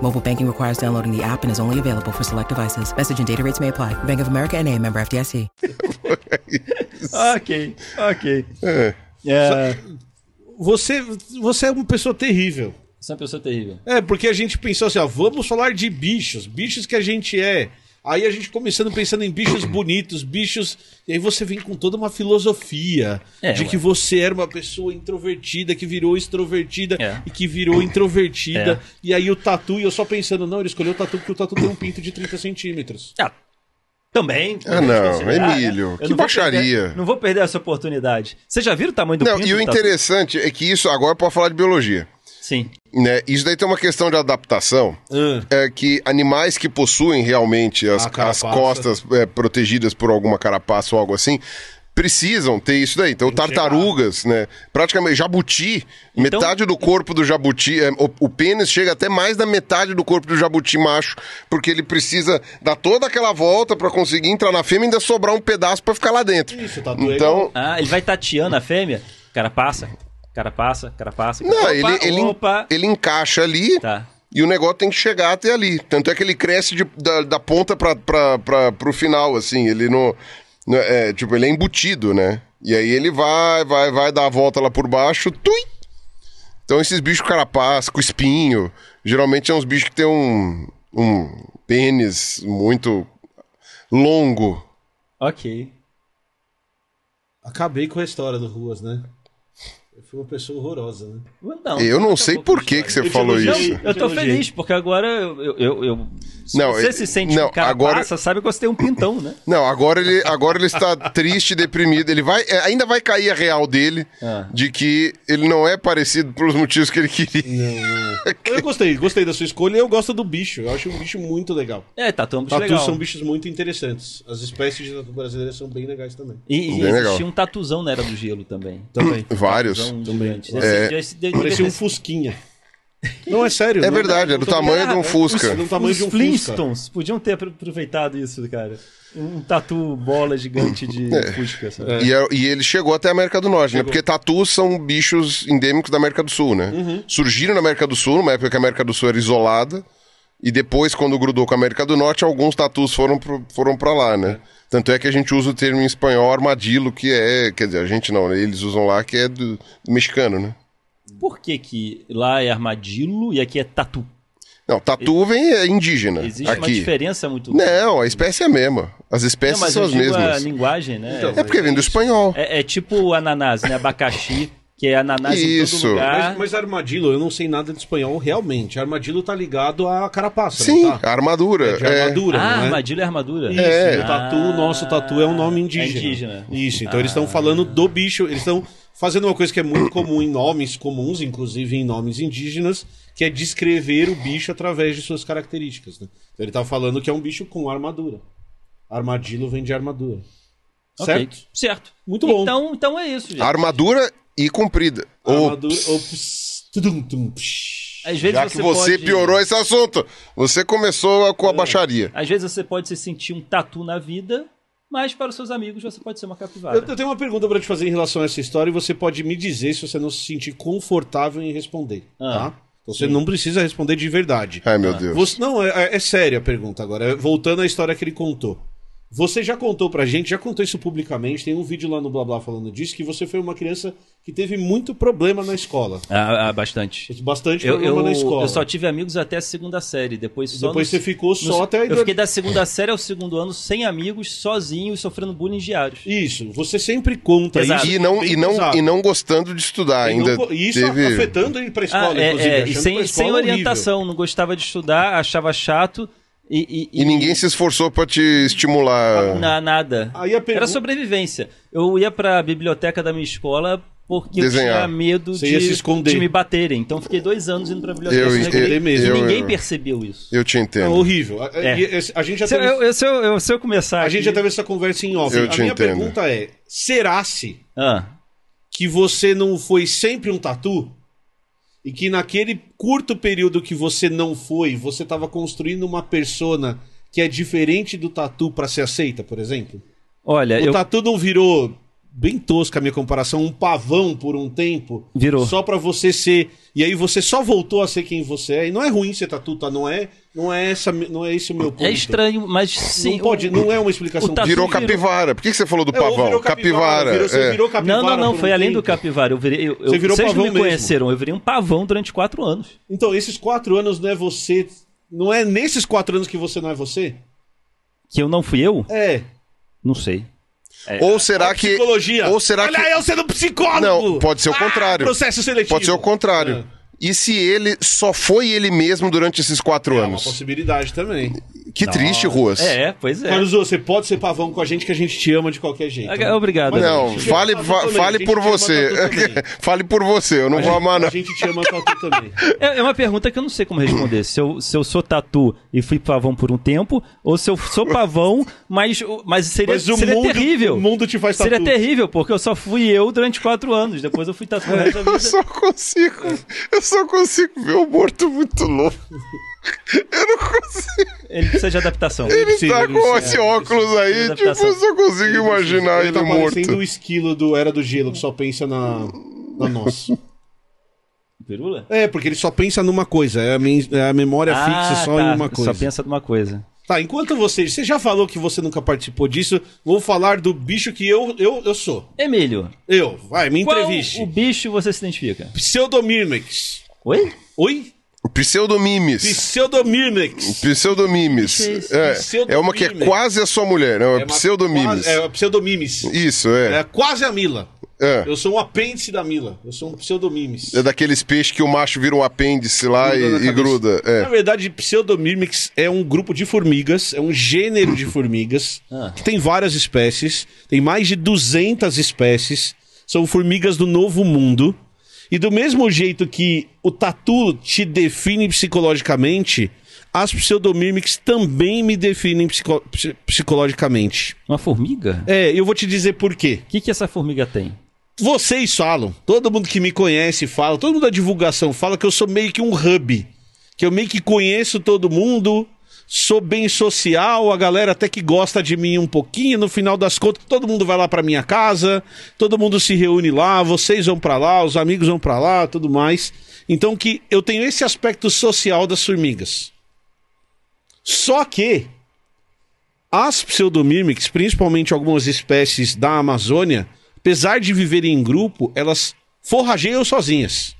S4: Mobile banking requires downloading the app and is only available for select devices. Message and data rates may apply. Bank of America and a member FDIC.
S1: Ok, ok. É,
S2: Você, você é uma pessoa terrível.
S1: Você é uma pessoa terrível.
S2: É, porque a gente pensou assim, ó, vamos falar de bichos, bichos que a gente é. Aí a gente começando pensando em bichos bonitos, bichos. E aí você vem com toda uma filosofia
S1: É,
S2: de
S1: ué.
S2: que você era uma pessoa introvertida, que virou extrovertida
S1: É.
S2: e que virou introvertida. E aí o tatu, e eu só pensando, não, ele escolheu o tatu porque o tatu tem um pinto de 30 centímetros.
S1: Ah, também.
S3: Ah, não, Emílio, que baixaria.
S1: não vou perder essa oportunidade. Você já viu o tamanho do
S3: Não,
S1: pinto Tá-
S3: e o
S1: do tatu?
S3: interessante é que isso agora pode falar de biologia.
S1: Sim.
S3: Né? Isso daí tem uma questão de adaptação.
S2: Ah.
S3: É que animais que possuem realmente as,
S2: A carapaça.
S3: as costas é, protegidas por alguma carapaça ou algo assim, precisam ter isso daí. Então, tartarugas, né? Praticamente, jabuti,
S2: Então
S3: metade do corpo do jabuti, é, o, o pênis chega até mais da metade do corpo do jabuti macho, porque ele precisa dar toda aquela volta para conseguir entrar na fêmea e ainda sobrar um pedaço para ficar lá dentro.
S2: Isso, tatu é
S3: Então,
S1: Ah, ele vai tateando a fêmea? Cara passa, cara passa, cara passa.
S3: Não,
S1: opa,
S3: ele, ele,
S1: opa.
S3: ele encaixa ali
S1: Tá.
S3: e o negócio tem que chegar até ali. Tanto é que ele cresce de- da, da ponta pra, pra, pra, pro final, assim. Ele não. não- é, tipo, ele é embutido, né? E aí ele vai, vai, vai dar a volta lá por baixo, tui! Então esses bichos carapaz, com espinho, geralmente são uns bichos que tem um, um pênis muito longo.
S1: Ok.
S2: Acabei com a história do Ruas, né? Eu fui uma pessoa horrorosa, né?
S1: Não.
S3: Eu não sei por que, que você falou
S1: Eu,
S3: isso.
S1: eu tô feliz, porque agora eu. eu- eu- eu- se
S3: Não,
S1: você
S3: eu-
S1: se sente
S3: não,
S1: um cara
S3: agora-
S1: passa, sabe que você tem um pintão, né?
S3: Não, agora ele, agora ele está triste, deprimido. Ele vai, é, ainda vai cair a real dele de que ele não é parecido pelos motivos que ele queria.
S2: Eu gostei, gostei da sua escolha e eu gosto do bicho. Eu acho um bicho muito legal.
S1: É, tatu é um bicho
S2: Tatus
S1: legal.
S2: são bichos muito interessantes. As espécies de tatu brasileiras são bem legais também.
S1: E, e
S3: Bem
S1: existia
S3: legal.
S1: um tatuzão na Era do Gelo também.
S2: Também.
S3: Vários.
S1: Tatuzão
S2: Também.
S1: gigante.
S3: É,
S1: Esse- esse deve-
S2: Parecia um
S1: deve ter-
S2: fusquinha. Não, é sério.
S3: É
S2: não
S3: verdade, é do
S2: não tô-
S3: tamanho de um
S2: Ah,
S3: Fusca.
S2: é Do tamanho
S1: Os
S2: de um Fusca.
S1: Flintstones podiam ter apro- aproveitado isso, cara. Um tatu bola gigante de Fusca, sabe?
S3: E, é- e ele chegou até a América do Norte, né? Porque tatus são bichos endêmicos da América do Sul, né? Surgiram na América do Sul, numa época que a América do Sul era isolada. E depois, quando grudou com a América do Norte, alguns tatus foram, pro, foram pra lá, né? Tanto é que a gente usa o termo em espanhol armadilo, que é. Quer dizer, a gente não, né? Eles usam lá que é do, do mexicano, né?
S1: Por que que lá é armadilo e aqui é tatu?
S3: Não, tatu vem é indígena.
S1: Existe
S3: aqui.
S1: uma diferença muito...
S3: Não, a espécie é a mesma. As espécies
S1: Não, mas
S3: são
S1: eu
S3: as
S2: é,
S1: digo a
S3: mesmas.
S1: linguagem, né?
S2: Então,
S3: É porque vem do espanhol.
S1: É, é tipo o ananás, né? Abacaxi, que é ananás em
S3: Isso.
S1: todo lugar.
S2: Mas, mas armadillo, eu não sei nada de espanhol realmente. Armadillo tá ligado à carapaça,
S3: Sim,
S2: não tá?
S3: a armadura.
S2: É de
S3: é.
S2: armadura,
S1: ah,
S2: não é?
S1: armadilha é armadura.
S2: Isso,
S3: É.
S2: o tatu, o nosso tatu é um nome indígena.
S1: É indígena.
S2: Isso, então eles estão falando do bicho, eles estão fazendo uma coisa que é muito comum em nomes comuns, inclusive em nomes indígenas, que é descrever o bicho através de suas características. né? Então ele tá falando que é um bicho com armadura. Armadilo vem de armadura.
S1: Ok,
S2: Certo?
S1: Certo.
S2: Muito bom.
S1: Então, então é isso, gente.
S3: Armadura e comprida. Ou
S2: Armadura. Ops. Tudum, tum, psh.
S1: Às vezes
S3: Já que você
S1: pode-
S3: piorou esse assunto, você começou
S2: É.
S3: com a baixaria.
S1: Às vezes você pode se sentir um tatu na vida, mas para os seus amigos você pode ser uma capivara.
S2: Eu, eu tenho uma pergunta pra te fazer em relação a essa história e você pode me dizer se você não se sentir confortável em responder,
S1: Ah.
S2: tá? Então você não precisa responder de verdade.
S3: Ai, meu Deus.
S2: Você- não, é, é- é séria a pergunta agora. É, Voltando à história que ele contou. Você já contou pra gente, já contou isso publicamente, tem um vídeo lá no Blá Blá falando disso, que você foi uma criança que teve muito problema na escola.
S1: Ah, ah, bastante.
S2: Bastante
S1: Eu,
S2: problema
S1: eu,
S2: na escola.
S1: eu só tive amigos até a segunda série. Depois, só
S2: Depois você ficou só até a
S1: Eu
S2: idade-
S1: fiquei da segunda série ao segundo ano sem amigos, sozinho e sofrendo bullying diários.
S2: Isso, você sempre conta
S1: Pesado.
S2: isso.
S3: E não,
S2: bem
S3: e, não,
S2: é pesado.
S3: e não gostando de estudar
S2: E não
S3: ainda.
S2: co- e isso
S3: teve...
S2: afetando ele pra escola,
S1: é,
S2: inclusive.
S1: é, e
S2: achando que a
S1: sem,
S2: escola
S1: sem
S2: é horrível.
S1: orientação, não gostava de estudar, achava chato e, e-
S3: E ninguém se esforçou pra te
S2: Ah,
S3: estimular.
S1: Na, nada.
S2: Aí a pergu-
S1: Era sobrevivência. Eu ia pra biblioteca da minha escola porque eu
S3: Desenhar.
S1: tinha medo
S2: Você ia
S1: de,
S2: se esconder.
S1: de me baterem. Então eu fiquei dois anos indo pra biblioteca.
S3: Eu-
S1: sem ninguém-
S2: eu- mesmo.
S1: e ninguém
S3: eu-
S1: percebeu isso.
S3: Eu te
S2: É
S3: entendo.
S2: horrível. A, a-
S1: É.
S2: e esse- a gente já
S1: Se eu,
S2: teve,
S1: eu- se eu- eu- se eu começar.
S2: a gente já
S1: aqui-
S2: teve essa conversa em off.
S3: Eu
S2: a
S3: te
S2: minha
S3: entendo.
S2: pergunta é: será-se
S1: Ah,
S2: que você não foi sempre um tatu? E que naquele curto período que você não foi, você estava construindo uma persona que é diferente do tatu para ser aceita, por exemplo?
S1: olha,
S2: O
S1: É, eu.
S2: tatu não virou, bem tosca a minha comparação, um pavão por um tempo?
S1: Virou.
S2: Só pra você ser. E aí você só voltou a ser quem você é. E não é ruim ser tatu, tá? Não é, não é, essa, não é esse o meu ponto.
S1: É estranho, mas sim.
S2: Não, pode, não é uma explicação.
S1: o tatu
S3: Virou
S1: virou-
S3: capivara. Por que que você falou do
S2: É, ou
S3: pavão?
S2: virou
S3: Capivara.
S2: virou- você
S3: é.
S2: virou capivara
S1: Não, não, não,
S2: por um
S1: foi além do
S2: tempo.
S1: capivara. Eu virei, eu, eu,
S2: Você virou
S1: vocês não
S2: pavão
S1: me
S2: mesmo.
S1: conheceram, eu virei um pavão durante quatro anos.
S2: Então, esses quatro anos não é você. Não é nesses quatro anos que você não é você?
S1: Que eu não fui eu?
S2: É.
S1: Não sei.
S3: Ou será que.
S2: Psicologia.
S3: Ou será
S2: Olha
S3: que.
S2: eu sendo psicólogo!
S3: Não, pode ser o
S2: Ah,
S3: contrário.
S2: processo seletivo. É Ah.
S3: Pode ser o contrário. E se ele só foi ele mesmo durante esses quatro
S2: É uma
S3: anos?
S2: possibilidade também.
S3: Que triste, Ruas.
S1: É, pois é.
S2: Carlos, você pode ser pavão com a gente que a gente te ama de qualquer jeito.
S1: Ah, Obrigado.
S3: Não,
S2: gente.
S3: fale,
S2: Eu
S3: fa-
S2: também, a
S3: fale
S2: gente
S3: por
S2: te ama
S3: você.
S2: também.
S3: fale por você, eu não
S2: A
S3: vou
S2: gente-
S3: amar, não.
S2: A gente te ama tatu também.
S1: É, é uma pergunta que eu não sei como responder. Se eu, se eu sou tatu e fui pavão por um tempo, ou se eu sou pavão, mas, mas seria,
S2: Mas o
S1: seria
S2: mundo-
S1: terrível.
S2: o mundo te faz
S1: Seria
S2: tatu.
S1: terrível, porque eu só fui eu durante quatro anos. Depois eu fui tatu o resto da
S3: Eu
S1: vida.
S3: só consigo. Eu só consigo ver o morto muito louco. Eu não consigo.
S1: Ele precisa de adaptação.
S3: Ele
S2: Sim,
S3: tá
S2: ele
S3: com
S2: precisa,
S3: esse óculos aí, tipo,
S1: adaptação.
S3: eu só consigo imaginar ele
S2: tá parecendo
S3: é morto.
S2: o esquilo do Era do Gelo, que só pensa na, na nossa.
S1: Pirula?
S2: É, porque ele só pensa numa coisa. É a, men- é a memória fixa só
S1: tá.
S2: em uma coisa.
S1: Só pensa numa coisa.
S2: Tá, enquanto você. Você já falou que você nunca participou disso, vou falar do bicho que eu, eu, eu sou.
S1: Emílio,
S2: Eu, vai, me
S1: qual
S2: entreviste.
S1: o bicho você se identifica?
S2: Pseudomimix.
S1: Oi?
S2: Oi?
S3: Pseudomimes.
S2: Pseudomimix.
S3: Pseudomimes.
S1: Isso,
S3: É,
S2: pseudomimes.
S3: é uma que é quase a sua mulher, não, é,
S2: uma-
S3: pseudomimes.
S2: É, pseudomimes.
S3: Isso,
S2: É
S3: é.
S2: quase a Mila.
S3: É.
S2: Eu sou um apêndice da Mila. Eu sou um pseudomimes.
S3: É daqueles peixes que o macho vira um apêndice lá
S2: Gruda na
S3: e, e
S2: cabeça.
S3: gruda.
S2: Na
S3: É.
S2: verdade, Pseudomimix é um grupo de formigas, é um gênero de formigas, que tem várias espécies, tem mais de 200 espécies, são formigas do novo mundo. E do mesmo jeito que o tatu te define psicologicamente, as Pseudomimics também me definem psico- psi- psicologicamente.
S1: Uma formiga?
S2: É, eu vou te dizer por quê.
S1: O que, que essa formiga tem?
S2: Vocês falam, todo mundo que me conhece fala, todo mundo da divulgação fala que eu sou meio que um hub. Que eu meio que conheço todo mundo, sou bem social, a galera até que gosta de mim um pouquinho, no final das contas, todo mundo vai lá pra minha casa, todo mundo se reúne lá, vocês vão pra lá, os amigos vão pra lá, tudo mais. Então que eu tenho esse aspecto social das formigas. Só que as pseudomimics, principalmente algumas espécies da Amazônia, apesar de viverem em grupo, elas forrageiam sozinhas.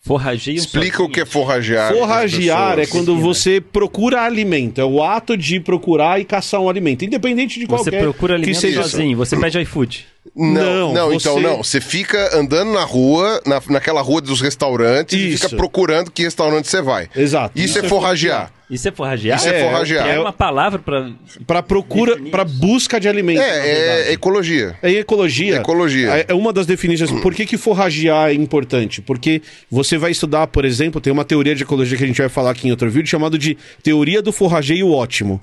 S1: Forrageiam
S3: Explica o
S1: sozinhas?
S3: que é forragear. pras
S2: Forragear é
S3: pessoas. né?
S2: quando você procura alimento, é o ato de procurar e caçar um alimento, independente de
S1: Você
S2: qualquer
S1: procura
S2: que
S1: alimento
S2: seja.
S1: sozinho, você pede iFood.
S3: Não,
S2: Não,
S3: não, então
S2: você-
S3: não. Você fica andando na rua, na, naquela rua dos restaurantes, e
S2: Isso.
S3: fica procurando que restaurante você vai.
S2: Exato.
S3: Isso é forragear.
S1: Isso é forragear?
S3: Isso é forragear.
S1: É uma palavra pra.
S2: Para procura, para busca de alimento. na
S3: É, é
S2: verdade.
S3: ecologia.
S2: É ecologia.
S3: Ecologia.
S2: É- É uma das definições. Por que, que forragear é importante? Porque você vai estudar, por exemplo, tem uma teoria de ecologia que a gente vai falar aqui em outro vídeo, chamado de teoria do forrageio ótimo.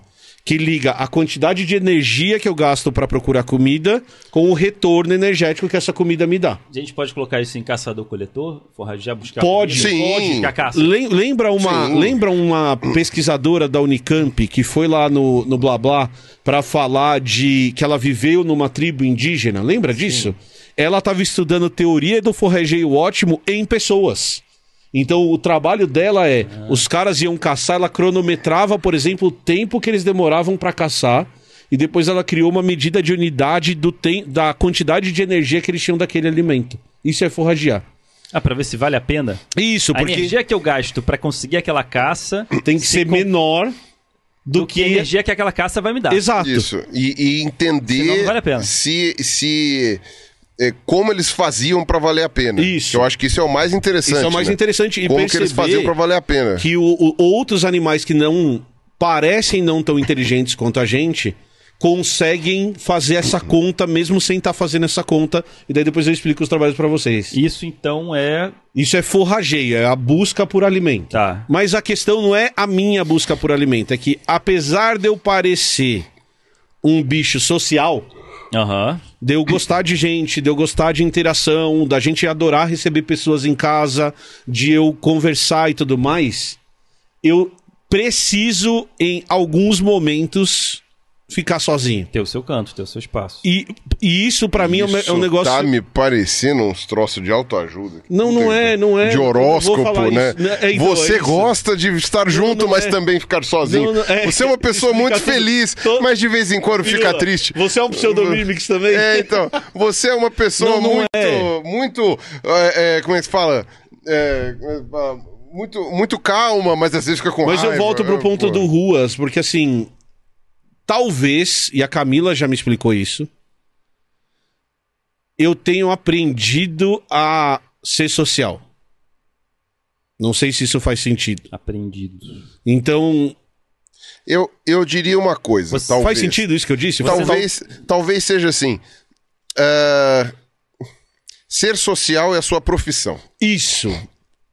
S2: Que liga a quantidade de energia que eu gasto para procurar comida com o retorno energético que essa comida me dá.
S1: A gente pode colocar isso em caçador-coletor? Forragear, buscar.
S2: Pode.
S1: comida?
S3: Sim.
S1: Pode buscar caça.
S2: Lem- Lembra uma,
S3: Sim.
S2: lembra uma pesquisadora da Unicamp que foi lá no, no Blá Blá pra falar de que ela viveu numa tribo indígena? Lembra disso? Ela estava estudando teoria do forrageio ótimo em pessoas. Então o trabalho dela é:
S1: Ah.
S2: os caras iam caçar, ela cronometrava, por exemplo, o tempo que eles demoravam pra caçar. E depois ela criou uma medida de unidade do tem- da quantidade de energia que eles tinham daquele alimento. Isso é forragear.
S1: Ah, pra ver se vale a pena.
S2: Isso,
S1: A
S2: porque.
S1: energia que eu gasto pra conseguir aquela caça
S2: tem que ser menor do,
S1: do que é
S2: que. é-
S1: a energia que aquela caça vai me dar.
S2: Exato.
S3: Isso. E, e
S1: Senão
S3: entender
S1: não vale a pena.
S3: se. se é, como eles faziam pra valer a pena.
S2: Isso.
S3: Que Eu acho que isso é o mais interessante.
S2: Isso é o mais
S3: né?
S2: interessante. E
S3: Como que
S2: perceber
S3: eles faziam pra valer a pena.
S2: que o- o- outros animais que não parecem não tão inteligentes quanto a gente conseguem fazer essa conta mesmo sem estar fazendo essa conta. E daí depois eu explico os trabalhos pra vocês.
S1: Isso então é.
S2: Isso é forrageio, é a busca por alimento.
S1: Tá.
S2: Mas a questão não é a minha busca por alimento, é que apesar de eu parecer um bicho social,
S1: Aham.
S2: de eu gostar de gente, de eu gostar de interação, da gente adorar receber pessoas em casa, de eu conversar e tudo mais, eu preciso, em alguns momentos, ficar sozinho.
S1: Ter o seu canto, ter o seu espaço.
S2: E, e isso, pra mim, é um- é um
S3: Isso
S2: negócio.
S3: Tá me parecendo uns troços de autoajuda. um
S2: Não, não é, não é.
S3: De
S2: Eu vou
S3: horóscopo,
S2: falar
S3: né?
S2: isso, né? É, então,
S3: Você
S2: é isso.
S3: gosta de estar junto,
S2: não
S3: mas
S2: é.
S3: também ficar sozinho.
S2: Não, não, é.
S3: Você é uma pessoa
S2: Explica
S3: muito
S2: tudo.
S3: feliz,
S2: Tô-
S3: mas de vez em quando fica
S2: Pirula,
S3: triste.
S2: Você é um pseudomimix também?
S3: É, então. Você é uma pessoa
S2: Não, não
S3: muito.
S2: é.
S3: Muito. é, é, como é que se fala? É, é, ah, muito, muito calma, mas às vezes fica com
S2: Mas eu
S3: raiva.
S2: volto pro
S3: Ah,
S2: ponto
S3: pô.
S2: do Ruas, porque assim. Talvez, e a Camila já me explicou isso, eu tenho aprendido a ser social. Não sei se isso faz sentido.
S1: Aprendido.
S2: Então,
S3: Eu, eu diria uma coisa.
S1: Você-
S3: talvez.
S2: faz sentido isso que eu disse?
S3: Talvez, talvez seja assim. ah, ser social é a sua profissão.
S2: Isso.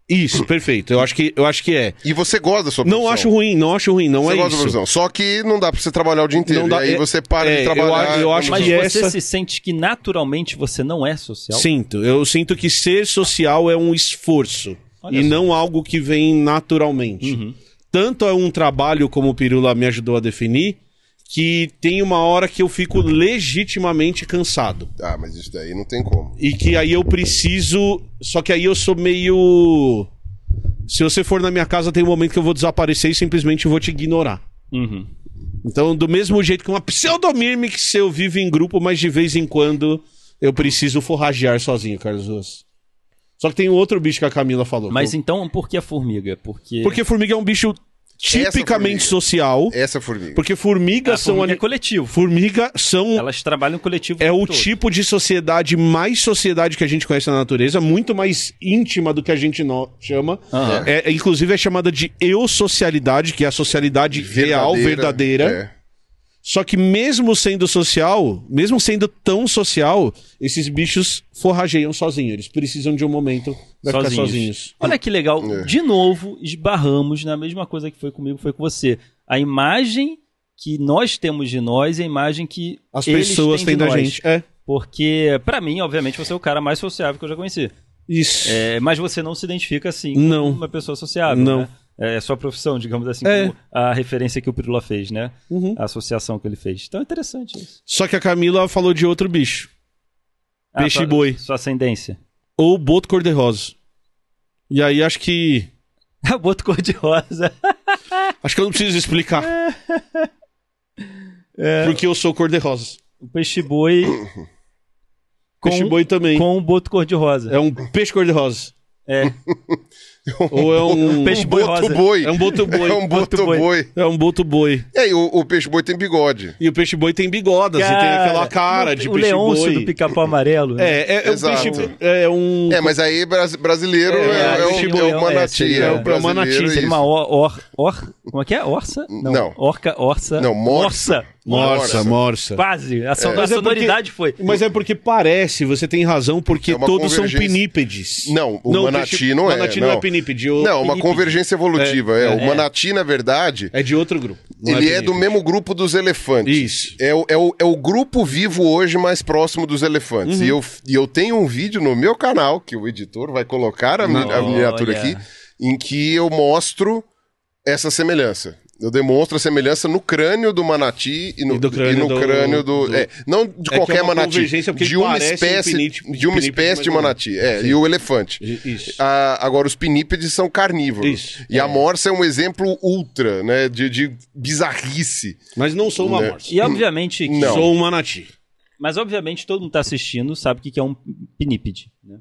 S2: Isso, perfeito. Eu acho que, eu acho que é.
S3: E você gosta da sua profissão.
S2: Não acho ruim, não acho ruim, não
S3: Você
S2: é
S3: gosta da
S2: isso.
S3: profissão. Só que não dá pra você trabalhar o dia inteiro.
S2: Não dá-
S3: e aí
S2: é-
S3: você para
S2: é,
S3: de
S2: eu
S3: trabalhar.
S2: a- eu acho
S1: Mas
S2: que é
S1: você
S2: essa-
S1: se sente que naturalmente você não é social?
S2: Sinto. Eu sinto que ser social é um esforço
S1: Olha
S2: e
S1: só. Uhum.
S2: não algo que vem naturalmente. Tanto é um trabalho, como o Pirula me ajudou a definir, que tem uma hora que eu fico legitimamente cansado.
S3: Ah, mas isso daí não tem como.
S2: E que aí eu preciso. Só que aí eu sou meio. Se você for na minha casa, tem um momento que eu vou desaparecer e simplesmente vou te ignorar.
S1: Uhum.
S2: Então, do mesmo jeito que uma pseudomime que eu vivo em grupo, mas de vez em quando eu preciso forragear sozinho, Carlos Ruas. Só que tem um outro bicho que a Camila falou.
S1: Mas
S2: que eu-
S1: então, por que a formiga? Porque.
S2: Porque formiga é um bicho tipicamente
S3: formiga. É.
S2: social.
S3: Essa formiga.
S2: Porque formigas
S1: A
S2: são.
S1: formiga é
S2: um ani-
S1: coletivo.
S2: Formiga são.
S1: Elas trabalham coletivo.
S2: É o
S1: todo.
S2: tipo de sociedade mais sociedade que a gente conhece na natureza, muito mais íntima do que a gente no- chama.
S1: Aham.
S2: É, é, inclusive é chamada de eu-socialidade, que é a socialidade real, verdadeira.
S3: É.
S2: Só que mesmo sendo social, mesmo sendo tão social, esses bichos forrageiam sozinhos. Eles precisam de um momento pra ficar sozinhos.
S1: Olha que legal. De novo, esbarramos na mesma coisa que foi comigo, foi com você. A imagem que nós temos de nós e a imagem que
S2: As
S1: eles
S2: pessoas
S1: têm
S2: têm
S1: de
S2: da
S1: nós.
S2: gente. É.
S1: Porque, pra mim, obviamente, você é o cara mais sociável que eu já conheci.
S2: Isso.
S1: É, mas você não se identifica assim
S2: Não.
S1: como uma pessoa sociável.
S2: Não.
S1: Né? É sua profissão, digamos assim,
S2: É.
S1: como a referência que o Pirula fez, né?
S2: Uhum.
S1: A associação que ele fez. Então é interessante isso. Ah,
S2: Só que a Camila falou de outro bicho. Peixe
S1: sua-
S2: e boi.
S1: Sua ascendência.
S2: Ou boto cor-de-rosa. E aí acho que.
S1: Boto cor-de-rosa.
S2: Acho que eu não preciso explicar.
S1: É.
S2: Porque eu sou cor-de-rosa.
S1: O peixe boi. com-
S2: Peixe boi também.
S1: Com o boto cor-de-rosa.
S2: É um peixe cor-de-rosa.
S1: É.
S2: Ou é um.
S1: Peixe
S3: Um
S1: boi
S3: boto
S1: rosa.
S3: boi.
S2: É um boto boi.
S3: É um boto
S1: boi.
S3: boi.
S2: É um boto boi.
S3: É, e o, o peixe boi tem bigode.
S2: E o peixe boi tem bigodas, e tem aquela cara de
S1: o
S2: peixe
S1: leôncio
S2: boi.
S1: do pica-pau amarelo. né?
S2: É, é, é um
S3: Exato.
S2: peixe. É um.
S3: É, mas aí bras- brasileiro
S2: É,
S3: é, é,
S2: peixe
S3: o,
S2: boi,
S3: é
S1: é,
S3: o manati.
S1: seria-
S3: É,
S1: é
S3: o
S1: o
S3: brasileiro.
S2: manati,
S3: é
S2: seria
S1: Seria
S3: isso.
S1: uma or, or, or- Como é que é? Orça?
S3: Não.
S1: Orca, orça.
S3: Não, morsa.
S2: Morsa, morsa.
S1: Quase. A, son- a
S2: Mas é porque-
S1: sonoridade foi.
S2: Mas é porque parece, você tem razão, porque
S3: É uma
S2: todos são
S3: convergência.
S2: pinípedes.
S3: Não, o manati
S2: peixe-
S3: não é.
S2: Manati não, é pinípede. o
S3: Não, uma
S2: pinípede.
S3: convergência evolutiva. É,
S2: É,
S3: O manati, na verdade,
S2: É de outro grupo. não
S3: ele é, do
S2: pinípede.
S3: mesmo grupo dos elefantes.
S2: Isso.
S3: É o, é, o, é o grupo vivo hoje mais próximo dos elefantes.
S2: Uhum.
S3: E, eu, e eu tenho um vídeo no meu canal, que o editor vai colocar a, mi- a miniatura
S1: Olha.
S3: aqui, em que eu mostro essa semelhança. Eu demonstro a semelhança no crânio do manati e no,
S2: E do crânio
S3: e no
S2: do-
S3: crânio do.
S2: do-
S3: é, não de
S2: que é
S3: qualquer
S2: uma
S3: manati.
S2: convergência, porque
S3: De
S2: ele
S3: uma
S2: parece um
S3: espécie,
S2: pinípede-
S3: de, uma
S2: pinípede,
S3: espécie de
S2: mas não é.
S3: manati. É, e o elefante.
S2: Isso.
S3: Ah, agora, os pinípedes são carnívoros.
S2: Isso.
S3: E a morsa é um exemplo ultra, né? De, de bizarrice.
S2: Mas não sou uma
S3: Né?
S2: morsa.
S1: E obviamente. que-
S3: Não.
S2: Sou um manati.
S1: Mas obviamente todo mundo está assistindo sabe o que que é um pinípede. Né?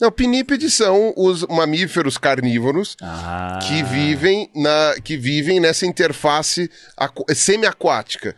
S3: Não, pinípedes são os mamíferos carnívoros
S1: Ah.
S3: que, vivem na, que vivem nessa interface aqua- semiaquática.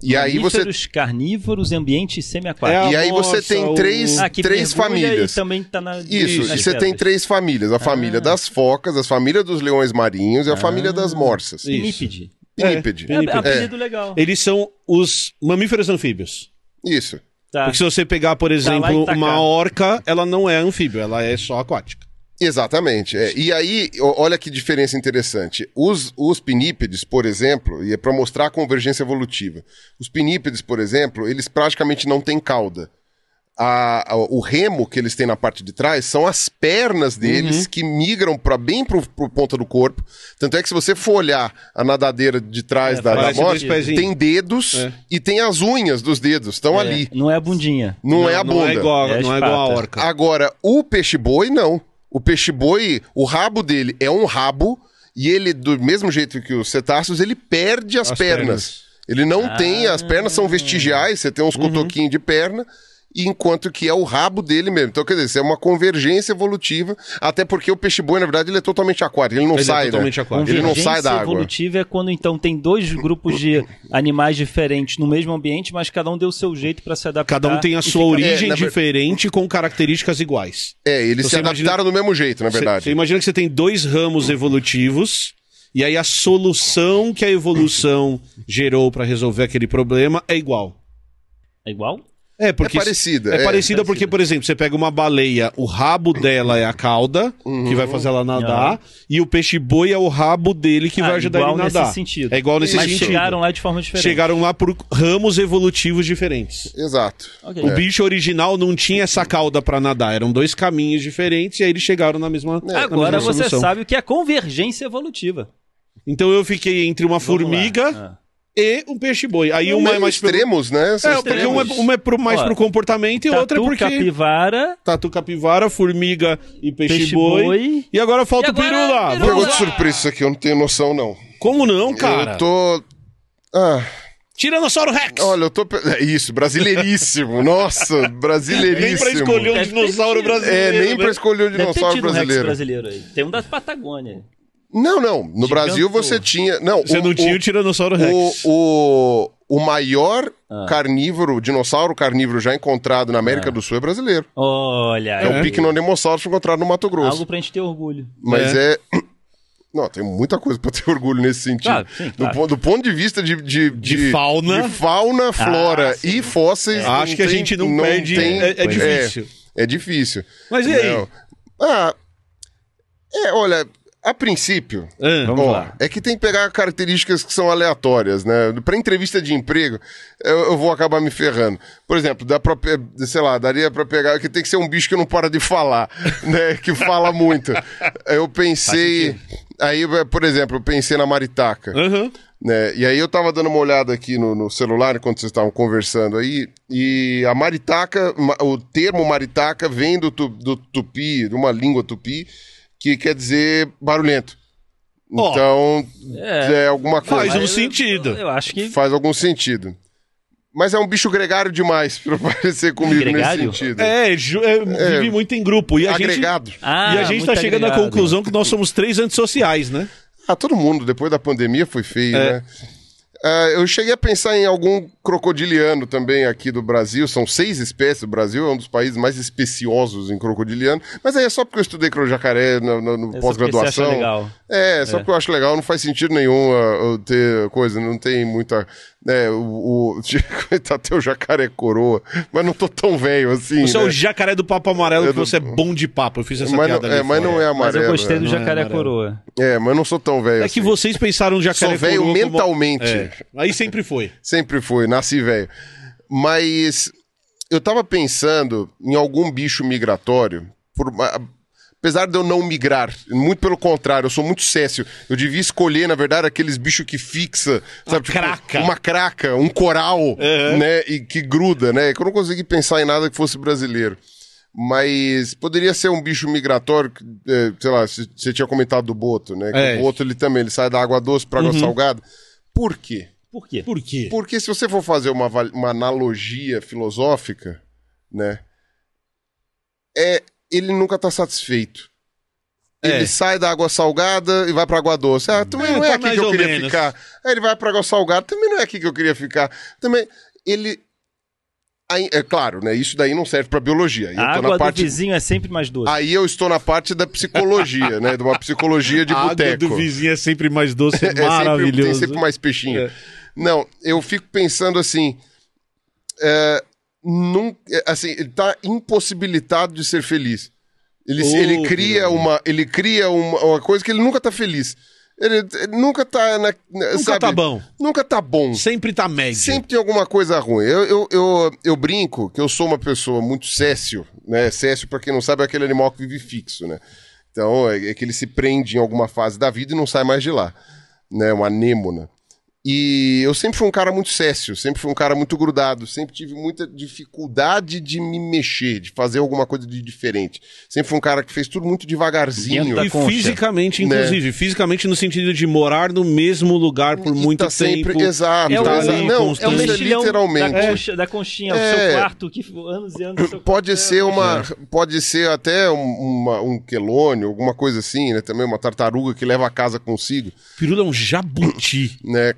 S3: E aí você.
S1: Mamíferos carnívoros, ambiente
S2: É
S1: semiaquático.
S3: E aí você
S2: Nossa,
S3: tem
S2: o-
S3: três,
S1: Ah, que
S3: É, três
S1: mergulha
S3: famílias.
S1: E também tá na,
S3: Isso,
S1: nas
S3: e você tem
S1: pedras. Ah.
S3: três famílias: a família das focas, a família dos leões marinhos e a família das morsas.
S1: é, Pinípede.
S3: Pinípede.
S1: É,
S2: Pinípede.
S1: apelido legal.
S2: Eles são os mamíferos anfíbios.
S3: Isso.
S1: Tá.
S2: Porque se você pegar, por
S1: lá
S2: exemplo,
S1: e tá tacar.
S2: uma orca, ela não é anfíbio, ela é só aquática.
S3: Exatamente. é. E aí, o- olha que diferença interessante. Os, os pinípedes, por exemplo, e é para mostrar a convergência evolutiva. Os pinípedes, por exemplo, eles praticamente não têm cauda. A- a- o remo que eles têm na parte de trás são as pernas
S2: Uhum.
S3: deles que migram para bem pro, pro ponta do corpo. Tanto é que se você for olhar a nadadeira de trás
S1: É,
S3: da, da
S2: parece
S3: morte,
S2: dois pezinhos.
S3: tem dedos
S2: É.
S3: e tem as unhas dos dedos, estão
S1: É,
S3: ali.
S1: Não é a bundinha.
S3: Não, é a bunda. Ah,
S2: Não é igual,
S1: É a
S2: não é igual a
S1: espata.
S2: orca.
S3: Agora, o peixe-boi, não. O peixe-boi, o rabo dele é um rabo e ele, do mesmo jeito que os cetáceos, ele perde as,
S2: As
S3: pernas.
S2: pernas. Ah. Uhum.
S3: Ele não tem, as pernas são vestigiais, você tem uns cotoquinhos de perna, enquanto que é o rabo dele mesmo. Então, quer dizer, isso é uma convergência evolutiva, até porque o peixe-boi, na verdade, ele é totalmente aquático, ele não
S2: Ele é
S3: sai,
S2: totalmente
S3: né?
S2: aquático.
S3: Ele não
S1: Convergência
S3: sai da água.
S1: evolutiva é quando então tem dois grupos de animais diferentes no mesmo ambiente, mas cada um deu o seu jeito pra se adaptar.
S2: Cada um tem a
S1: e
S2: sua
S1: fica-
S2: origem
S3: É, na ver-
S2: diferente com características iguais.
S3: É, eles
S2: Então,
S3: se
S2: você imagina-
S3: adaptaram do mesmo jeito, na É verdade.
S2: Você imagina que você tem dois ramos evolutivos e aí a solução que a evolução gerou pra resolver aquele problema é igual.
S1: É igual?
S2: É, porque
S3: É parecida,
S2: É,
S3: é.
S2: parecida porque, por exemplo, você pega uma baleia, o rabo dela é a cauda, que
S3: Uhum.
S2: vai fazer ela nadar, e o peixe-boi é o rabo dele que
S1: Ah,
S2: vai ajudar
S1: igual
S2: ele a
S1: nesse
S2: nadar.
S1: sentido.
S2: É igual nesse
S1: Mas
S2: sentido.
S1: chegaram lá de forma diferente.
S2: Chegaram lá por ramos evolutivos diferentes.
S3: Exato.
S1: Ok.
S2: O bicho original não tinha essa cauda pra nadar, eram dois caminhos diferentes e aí eles chegaram na é mesma.
S3: É.
S2: na
S1: Agora
S2: mesma
S1: você
S2: solução.
S1: sabe o que é convergência evolutiva.
S2: Então eu fiquei entre uma
S1: Vamos lá.
S2: formiga
S1: Ah.
S2: e um peixe-boi. Aí uma é mais pelo-
S3: extremos, né? São
S2: É, porque
S3: extremos.
S2: uma é, uma é pro- mais
S1: Ó,
S2: pro comportamento e outra é
S1: Ah. Tatu,
S2: porque.
S1: capivara,
S2: Tatu capivara, formiga e peixe-boi.
S1: Peixe-boi.
S2: e agora falta
S1: E agora
S2: o
S1: é
S2: pirula.
S1: pirula.
S3: Pegou de surpresa isso aqui, eu não tenho noção, não.
S2: Como não, cara?
S3: Eu tô. Ah,
S2: Tiranossauro Rex!
S3: olha, eu tô. pe- É isso, brasileiríssimo. Nossa,
S2: nem
S3: brasileiríssimo.
S2: pra escolher um
S1: Deve ter
S2: dinossauro
S1: tido.
S2: brasileiro.
S3: É, nem
S2: né?
S3: pra escolher o
S1: deve ter
S3: dinossauro
S1: tido um Rex
S3: brasileiro.
S1: brasileiro aí. Tem um da Patagônia.
S3: Não, não. No Brasil você tinha. Não,
S2: Você não tinha o Tiranossauro Rex.
S3: o, o, o maior carnívoro, dinossauro carnívoro já encontrado na América do Sul é brasileiro.
S1: Olha,
S2: um
S3: É, o
S1: aí.
S3: Picnonemossauros encontrado no Mato Grosso.
S1: algo pra gente ter orgulho.
S3: Mas é. Não, tem muita coisa pra ter orgulho nesse sentido.
S1: Claro, sim, claro. Ah,
S3: do, pon- do ponto de vista de, de,
S2: De fauna.
S3: de fauna, flora e fósseis. não
S2: Acho que a
S3: tem-
S2: gente não perde- é- é difícil.
S3: É, difícil.
S2: Mas e aí?
S3: Não. Ah, é, olha, a princípio.
S2: Ah,
S1: Vamos
S3: ó,
S1: lá.
S3: É que tem que pegar características que são aleatórias, né? Pra entrevista de emprego, eu, eu vou acabar me ferrando. Por exemplo, dá pra, pe- sei lá, daria pra pegar, que tem que ser um bicho que não para de falar, né? Que fala muito. Eu pensei, aí, por exemplo, eu pensei na maritaca
S2: Aham.
S3: né? E aí eu tava dando uma olhada aqui no, no celular enquanto vocês estavam conversando aí, e a maritaca, ma- o termo maritaca vem do, tu- do tupi, de uma língua tupi, que quer dizer barulhento.
S2: Ó.
S3: Então,
S1: É.
S3: é, alguma
S2: Faz
S3: coisa.
S2: um
S1: eu-
S2: sentido.
S1: Eu acho que.
S3: Faz algum sentido. Mas é um bicho gregário demais pra parecer comigo
S1: Gregário?
S3: nesse sentido.
S2: É, ju- é, vive muito em grupo. E a
S3: Agregado.
S2: gente.
S1: Ah,
S2: e a gente
S1: muito
S2: tá chegando à
S1: agregado.
S2: conclusão que nós somos três antissociais, né?
S3: Ah, todo mundo, depois da pandemia foi feio,
S2: É.
S3: né? Ah, eu cheguei a pensar em algum crocodiliano também aqui do Brasil. São seis espécies. O Brasil é um dos países mais especiosos em crocodiliano. Mas aí é só porque eu estudei croco jacaré no, no- no
S1: porque você acha
S3: pós-graduação.
S1: legal.
S3: É, só porque eu acho legal. Não faz sentido nenhum ah, eu ter coisa. Não tem muita. Né, o, o, tá até o jacaré coroa. Mas não tô tão velho assim.
S2: Você é
S3: né?
S2: o jacaré do papo amarelo, que você é bom de papo. Eu fiz essa
S3: mas
S2: piada
S3: não,
S2: ali
S3: é, mas
S2: fora.
S3: não é
S1: Mas
S3: amarelo.
S1: eu gostei do
S3: né?
S1: jacaré
S2: amarelo.
S1: coroa.
S3: É, mas não sou tão velho
S2: É
S3: assim.
S2: que vocês pensaram no jacaré
S3: Sou velho
S2: coroa como-
S3: mentalmente.
S2: É, Aí sempre foi.
S3: Sempre fui, nasci velho. Mas eu tava pensando em algum bicho migratório, por- a- apesar de eu não migrar, muito pelo contrário, eu sou muito céssio. Eu devia escolher, na verdade, aqueles bichos que fixa, sabe? tipo,
S2: craca.
S3: Uma craca, um coral, né? E que gruda, né? Que eu não consegui pensar em nada que fosse brasileiro. Mas poderia ser um bicho migratório, que, eh, sei lá, c- você tinha comentado do boto, né? Que
S2: É. Uhum.
S3: o boto ele também, ele sai da água doce para água salgada. Por quê?
S1: Por quê?
S2: Por quê?
S3: Porque se você for fazer uma, aval- uma analogia filosófica, né? É, ele nunca tá satisfeito.
S2: É.
S3: Ele sai da água salgada e vai pra água doce. Ah, também
S2: É,
S3: não é
S2: tá
S3: aqui
S2: mais
S3: que eu
S2: ou
S3: queria
S2: menos.
S3: ficar. Aí ele vai pra água salgada, também não é aqui que eu queria ficar. Também, ele... Aí, é claro, né? Isso daí não serve pra biologia. Aí
S1: A
S3: eu tô
S1: água
S3: na parte...
S1: do
S3: Ah,
S1: vizinho é sempre mais doce.
S3: Aí eu estou na parte da psicologia, né? De uma psicologia de
S2: a água
S3: boteco.
S2: do vizinho é sempre mais doce, é
S3: É sempre, tem
S2: maravilhoso.
S3: sempre mais peixinho.
S2: É.
S3: Não, eu fico pensando assim. é, num, é, assim, ele tá impossibilitado de ser feliz. Ele,
S2: Ô,
S3: ele cria
S2: Guilherme.
S3: uma. Ele cria uma, uma coisa que ele nunca tá feliz. Ele, ele nunca tá na. Nunca
S2: tá bom.
S3: Nunca tá bom.
S2: Sempre tá médio.
S3: Sempre tem alguma coisa ruim. Eu, eu, eu, eu brinco que eu sou uma pessoa muito céssio, né? Céssio, pra quem não sabe, é aquele animal que vive fixo, né? Então, é, é que ele se prende em alguma fase da vida e não sai mais de lá, né? Uma anêmona. E eu sempre fui um cara muito céssio, sempre fui um cara muito grudado, sempre tive muita dificuldade de me mexer, de fazer alguma coisa de diferente. Sempre fui um cara que fez tudo muito devagarzinho.
S1: Dentro da
S2: E
S1: concha.
S2: fisicamente,
S3: Né?
S2: inclusive. Fisicamente no sentido de morar no mesmo lugar por
S3: E
S2: muito
S3: tá
S2: tempo.
S3: sempre- exato,
S2: É
S3: É
S2: o,
S3: o-
S2: tá ali,
S3: não, é o
S2: constante.
S3: mexi- literalmente.
S1: um Da, concha, da conchinha, o
S3: É.
S1: seu quarto, que anos e anos. o seu
S3: Pode
S1: quarto-
S3: ser uma, pode ser até um, uma- um quelônio, alguma coisa assim, né? Também uma tartaruga que leva a casa consigo,
S2: Pirula é um jabuti.
S3: né?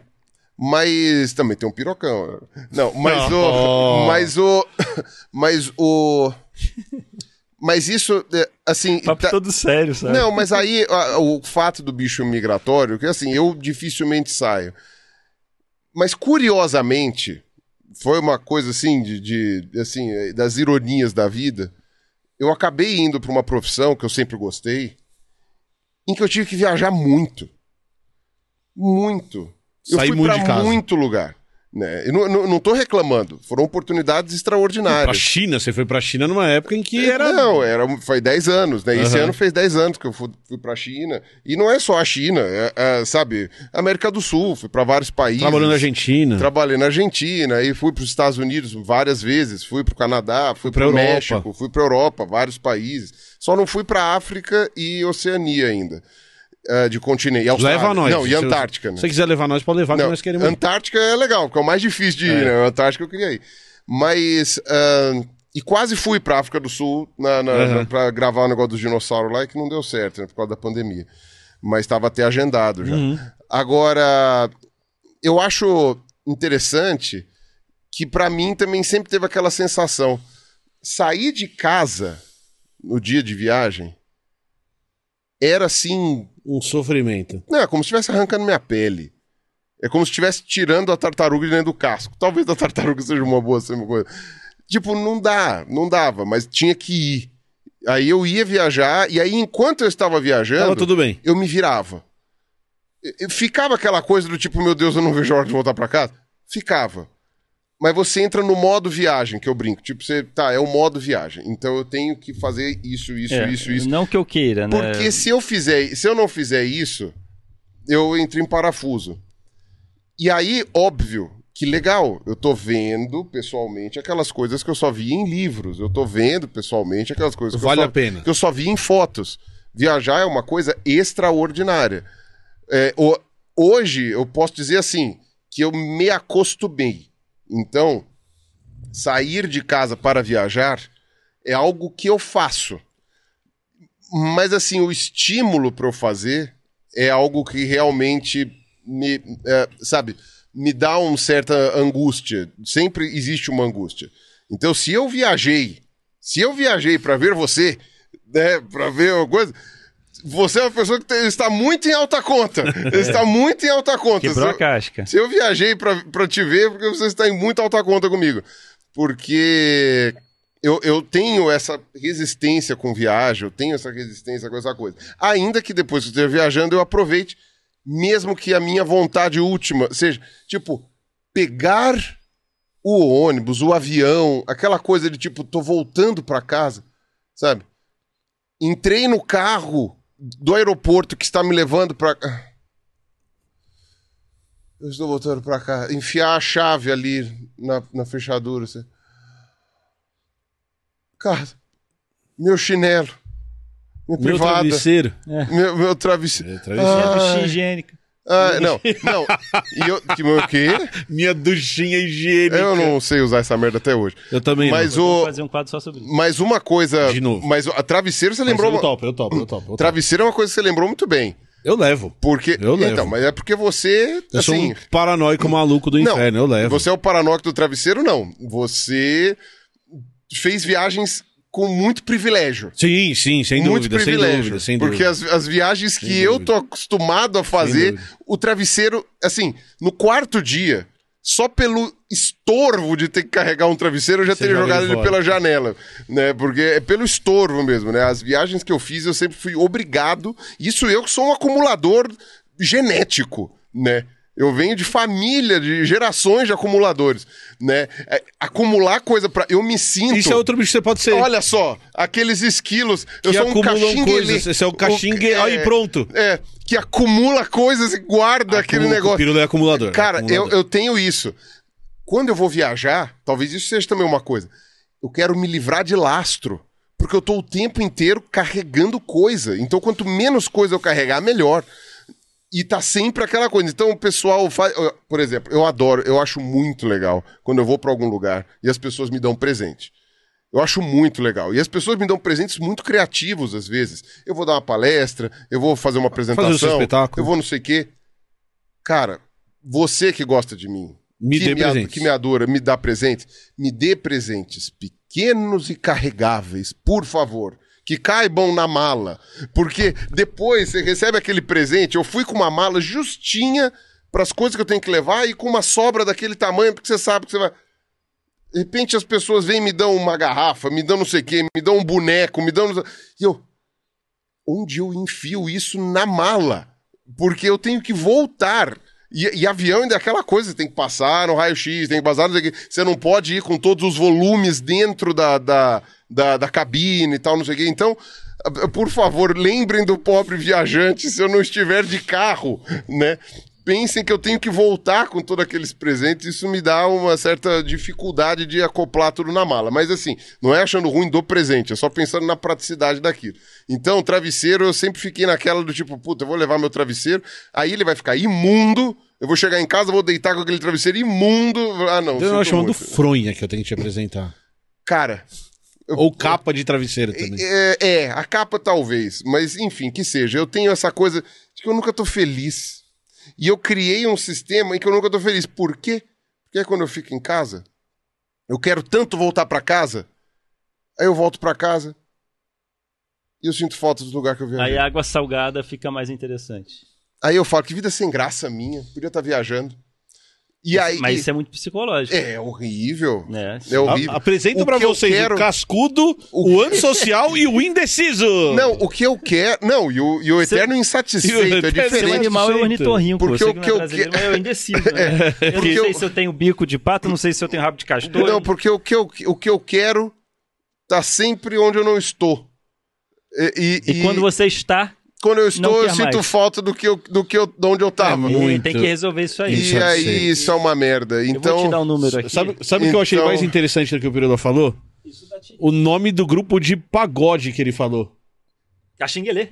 S3: Mas também tem um pirocão. né? Não, mas
S2: Não.
S3: o, mas o, mas o, mas isso, é, assim,
S1: Papo
S3: tá-
S1: todo sério, sabe?
S3: não, mas aí a- o fato do bicho migratório, que assim, eu dificilmente saio. Mas curiosamente, foi uma coisa assim, de, de- assim, eh, das ironias da vida. Eu acabei indo para uma profissão que eu sempre gostei, em que eu tive que viajar muito. Muito. Eu
S2: Saí
S3: fui
S2: muito
S3: pra
S2: de casa.
S3: muito lugar. Né? Eu não, não, não tô reclamando. Foram oportunidades
S2: Pra
S3: extraordinárias.
S2: China, você foi pra China numa época em que era.
S3: É, Não, era, um, foi 10 anos, né? Esse
S2: Aham.
S3: ano fez 10 anos que eu fui, fui pra China. E não é só a China, é- é, sabe? América do Sul, fui pra vários países.
S2: Trabalhando na Argentina.
S3: Trabalhei na Argentina, aí fui para os Estados Unidos várias vezes, fui para o Canadá, fui
S2: pra
S3: para o
S2: Europa.
S3: México, fui para Europa, vários países. Só não fui para África e Oceania ainda, eh, de continente. E Austrália.
S2: Leva nós.
S3: Não, e
S2: Se-
S3: Antártica. né?
S2: Se você quiser levar nós, pode levar, que
S3: Não,
S2: nós queremos.
S3: Antártica é legal, porque é o mais difícil de ir, né? Antártica eu queria ir. Mas. ah, e quase fui pra África do Sul na, na-
S2: Aham.
S3: pra gravar o negócio dos dinossauros lá, e que não deu certo, né? Por causa da pandemia. mas estava até agendado já. Agora, eu acho interessante que para mim também sempre teve aquela sensação. Sair de casa no dia de viagem era assim
S2: Um sofrimento.
S3: não, é como se estivesse arrancando minha pele. É como se estivesse tirando a tartaruga de dentro do casco. Talvez a tartaruga seja uma boa seja uma coisa. Tipo, não dá, não dava, mas tinha que ir. Aí eu ia viajar, e aí enquanto eu estava viajando,
S2: Tava tudo bem.
S3: eu me virava. Eu- eu ficava aquela coisa do tipo, meu Deus, eu não vejo a hora de voltar pra casa. Ficava. Mas você entra no modo viagem, que eu brinco. Tipo, você, tá, é o modo viagem. Então eu tenho que fazer isso, isso,
S1: É,
S3: isso, isso.
S1: Não que eu queira, né?
S3: Porque se eu fizer, se eu não fizer isso, eu entro em parafuso. E aí, óbvio, que legal, eu tô vendo pessoalmente aquelas coisas que eu só vi em livros, eu tô vendo pessoalmente aquelas coisas que,
S2: Vale
S3: eu, só,
S2: a pena.
S3: que eu só vi em fotos. Viajar é uma coisa extraordinária. É, ho- hoje, eu posso dizer assim, que eu me acostumei. Então, sair de casa para viajar é algo que eu faço. Mas assim, o estímulo para eu fazer é algo que realmente me, é, sabe, me dá uma certa angústia. Sempre existe uma angústia. Então, se eu viajei, se eu viajei para ver você, né, para ver alguma coisa, você é uma pessoa que tem- está muito em alta conta. Está muito em alta conta.
S1: Quebrou a
S3: Se eu-
S1: casca.
S3: se eu viajei pra, pra te ver, é porque você está em muita alta conta comigo. Porque eu, eu tenho essa resistência com viagem, eu tenho essa resistência com essa coisa. Ainda que depois que eu esteja viajando, eu aproveite, mesmo que a minha vontade última seja, tipo, pegar o ônibus, o avião, aquela coisa de tipo, tô voltando pra casa, sabe? Entrei no carro do aeroporto que está me levando pra. Eu estou voltando pra cá. Enfiar a chave ali na, na fechadura. Assim. Cara, meu chinelo. Minha
S2: Meu
S3: privada. É.
S2: travesseiro.
S3: Meu, meu travesseiro.
S2: travesseiro.
S1: É
S3: Ah,
S1: ducha higiênica.
S3: ah, não, não. E eu, que, o quê?
S2: Minha duchinha higiênica.
S3: Ah. Eu não sei usar essa merda até hoje.
S2: Eu também
S3: Mas,
S2: não.
S1: Vou
S3: o,
S1: fazer um quadro só sobre isso.
S3: mas uma coisa.
S2: De novo.
S3: Mas o- a travesseiro, você
S2: Mas
S3: lembrou.
S2: Eu
S3: uma-
S2: topo, eu topo, eu topo. Eu, topo.
S3: Travesseiro é uma coisa que você lembrou muito bem.
S2: eu levo.
S3: Porque.
S2: Eu levo.
S3: Então, mas é porque você.
S2: Eu sou
S3: assim,
S2: um paranoico maluco do
S3: Não,
S2: inferno, eu levo.
S3: Você é o paranoico do travesseiro, não. Você fez viagens com muito privilégio.
S2: Sim, sim, sem
S3: muito
S2: dúvida, sem
S3: privilégio.
S2: dúvida, sem
S3: porque
S2: dúvida.
S3: as, as viagens que
S2: Sem
S3: eu
S2: dúvida.
S3: tô acostumado a fazer,
S2: dúvida.
S3: o travesseiro, assim, no quarto dia, só pelo estorvo de ter que carregar um travesseiro, eu já
S2: Você
S3: teria
S2: joga
S3: jogado
S2: ele
S3: ele
S2: fora.
S3: pela janela, né? Porque é pelo estorvo mesmo, né? As viagens que eu fiz, eu sempre fui obrigado. Isso eu que sou um acumulador genético, né? Eu venho de família, de gerações de acumuladores, né? É, acumular coisa pra. Eu me sinto.
S2: Isso é outro bicho que você pode ser.
S3: assim, Olha só, aqueles esquilos. Eu
S2: Que
S3: sou um
S2: acumulam
S3: caxinguele.
S2: coisas, esse é o caxingue- aí, pronto.
S3: É, que acumula coisas e guarda aquele
S2: Acumula-
S3: negócio.
S2: Pirula é acumulador.
S3: Cara,
S2: acumulador.
S3: Eu, eu tenho isso. Quando eu vou viajar, talvez isso seja também uma coisa. Eu quero me livrar de lastro. Porque eu tô o tempo inteiro carregando coisa. Então, quanto menos coisa eu carregar, melhor. E tá sempre aquela coisa. Então, o pessoal faz. ó, Por exemplo, eu adoro, eu acho muito legal quando eu vou pra algum lugar e as pessoas me dão presente. Eu acho muito legal. E as pessoas me dão presentes muito criativos, às vezes. Eu vou dar uma palestra, eu vou fazer uma apresentação,
S2: espetáculo.
S3: eu vou não sei o quê. Cara, você que gosta de mim,
S2: Me
S3: que,
S2: dê
S3: ad-
S2: presentes.
S3: que me adora, me dá presentes, me dê presentes pequenos e carregáveis, por favor. Que caibam na mala. Porque depois você recebe aquele presente. Eu fui com uma mala justinha para as coisas que eu tenho que levar e com uma sobra daquele tamanho, porque você sabe que você vai. De repente as pessoas vêm e me dão uma garrafa, me dão não sei o quê, me dão um boneco, me dão. não sei- E eu. Onde eu enfio isso na mala? Porque eu tenho que voltar. E, e avião ainda é aquela coisa, você tem que passar no raio-x, tem que passar, não sei o quê. Você não pode ir com todos os volumes dentro da, da, da, da cabine e tal, não sei o quê. Então, ah, por favor, lembrem do pobre viajante se eu não estiver de carro, né? pensem que eu tenho que voltar com todos aqueles presentes, isso me dá uma certa dificuldade de acoplar tudo na mala. Mas assim, não é achando ruim do presente, é só pensando na praticidade daquilo. Então, travesseiro, eu sempre fiquei naquela do tipo, puta, eu vou levar meu travesseiro, aí ele vai ficar imundo, eu vou chegar em casa, vou deitar com aquele travesseiro imundo. Ah, não.
S2: Então eu
S3: sinto
S2: acho chamando
S3: muito.
S2: fronha que eu tenho que te apresentar.
S3: Cara,
S2: Ou capa né? de travesseiro também.
S3: É, é, a capa talvez, mas enfim, que seja. Eu tenho essa coisa de que eu nunca tô feliz. E eu criei um sistema em que eu nunca tô feliz. Por quê? Porque é quando eu fico em casa, eu quero tanto voltar pra casa, aí eu volto pra casa e eu sinto falta do lugar que eu viajei.
S1: Aí a água salgada fica mais interessante.
S3: Aí eu falo, que vida sem graça minha, podia estar viajando. E aí,
S1: Mas isso é muito psicológico.
S3: é horrível.
S1: É,
S3: É horrível.
S2: A- Apresento
S3: O
S2: pra
S3: que eu
S2: vocês
S3: quero-
S2: o cascudo, o, antissocial e o indeciso.
S3: Não, o que eu quero. Não, e o, e o eterno
S2: E o
S3: insatisfeito é
S2: eterno
S1: Seu
S3: diferente.
S1: animal é o ornitorrinco.
S3: Porque
S1: eu sei
S3: o que eu
S1: não é brasileiro,
S3: que-
S1: mas eu indeciso. Né? eu não
S3: Porque
S1: sei
S3: eu-
S1: se eu tenho bico de pato, não sei se eu tenho rabo de castor.
S3: Não, porque o que eu, o que eu quero tá sempre onde eu não estou. E, e-
S1: E
S3: e
S1: quando você está,
S3: quando eu
S1: não
S3: estou, eu
S1: quer
S3: sinto
S1: mais.
S3: falta do que eu, do que eu, de onde eu tava.
S2: muito.
S1: tem que resolver isso aí.
S3: e
S2: Isso eu sei.
S3: aí, isso é uma merda.
S1: Eu vou te dar
S3: Então,
S1: um número aqui.
S2: Sabe, sabe o que eu achei
S3: Então-
S2: mais interessante do que o Pirula falou?
S1: tá
S2: O nome do grupo de pagode que ele falou.
S1: Caxinguelê.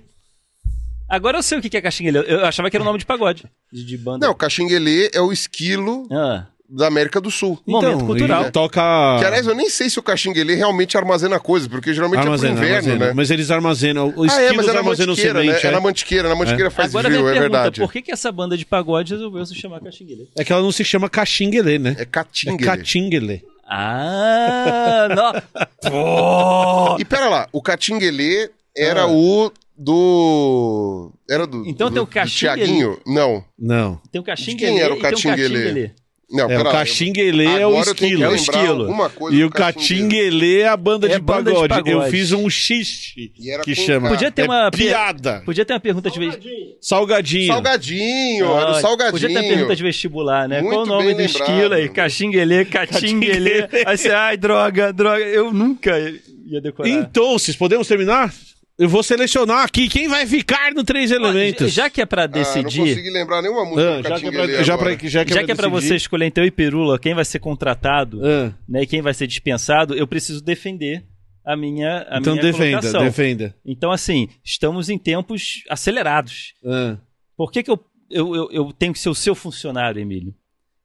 S1: Agora eu sei o que que é caxinguelê. Eu- Eu achava que era o nome de pagode. De, de banda.
S3: não, Caxinguelê é o esquilo
S1: Ah,
S3: da América do Sul.
S1: momento
S2: Então,
S1: cultural.
S2: ele toca.
S3: Que, aliás, eu nem sei se o Caxinguelê realmente armazena coisa, porque geralmente é
S2: Armazena,
S3: pro inverno,
S2: armazena.
S3: né?
S2: Mas eles armazenam. O
S3: ah, é, mas
S2: esquilos
S3: é na
S2: armazenam
S3: mantiqueira,
S2: semente.
S3: né? É
S2: é.
S3: na mantiqueira, na mantiqueira faz
S1: Agora vem a
S3: frio, é
S1: pergunta,
S3: verdade.
S1: por que, que essa banda de pagode resolveu se chamar Caxinguelê?
S2: É que ela não se chama Caxinguelê, né?
S3: É
S2: É
S3: Catinguelê.
S2: Catinguelê.
S1: Ah, não. Pô.
S3: E pera lá, o Catinguelê era
S1: Ah.
S3: o do. Era do.
S1: Então
S3: do,
S1: tem o
S3: do
S1: Caxinguelê.
S3: Tiaguinho? Não.
S2: Não.
S1: Tem o
S3: De quem
S1: Caxinguelê
S3: era o
S1: e tem o
S3: Caxinguelê?
S1: Caxinguelê.
S3: Não,
S2: É,
S3: pera
S2: o
S3: lá.
S2: Caxinguelê é o
S3: Agora eu tenho que
S2: esquilo. É o
S3: lembrar
S2: esquilo.
S3: alguma coisa
S2: E
S3: do
S2: o Caxinguelê é a banda,
S1: É
S2: de,
S1: a banda de
S2: pagode. Eu
S1: pagode.
S2: fiz um xiste
S3: E era
S2: que
S3: com
S2: chama.
S3: K.
S1: Podia ter
S2: É
S1: uma-
S2: Piada.
S1: Podia ter uma pergunta de vez.
S2: Salgadinho.
S3: Salgadinho, era o
S1: Podia
S3: Salgadinho.
S1: ter pergunta de vestibular, né?
S3: Muito
S1: Qual o nome
S3: bem
S1: do esquilo
S3: lembrado.
S1: aí? Caxinguelê, Caxinguelê. aí você, ai, droga, droga. Eu nunca ia decorar.
S2: Então, vocês podemos terminar? Eu vou selecionar aqui quem vai ficar no Três Elementos.
S1: Ah, Já que é pra
S3: Ah, não
S1: decidir,
S3: consegui lembrar nenhuma música
S2: Ah,
S3: do
S2: já que é
S3: Catinguelê.
S2: pra, já
S3: agora.
S2: pra- já que
S1: já que é pra
S2: decidir.
S1: você escolher então e Pirula quem vai ser contratado,
S2: Ah,
S1: né, e quem vai ser dispensado, eu preciso defender a minha a
S2: então
S1: minha
S2: defenda,
S1: colocação.
S2: defenda.
S1: Então assim, estamos em tempos acelerados.
S2: Ah,
S1: Por que, que eu, eu, eu, eu tenho que ser o seu funcionário, Emílio?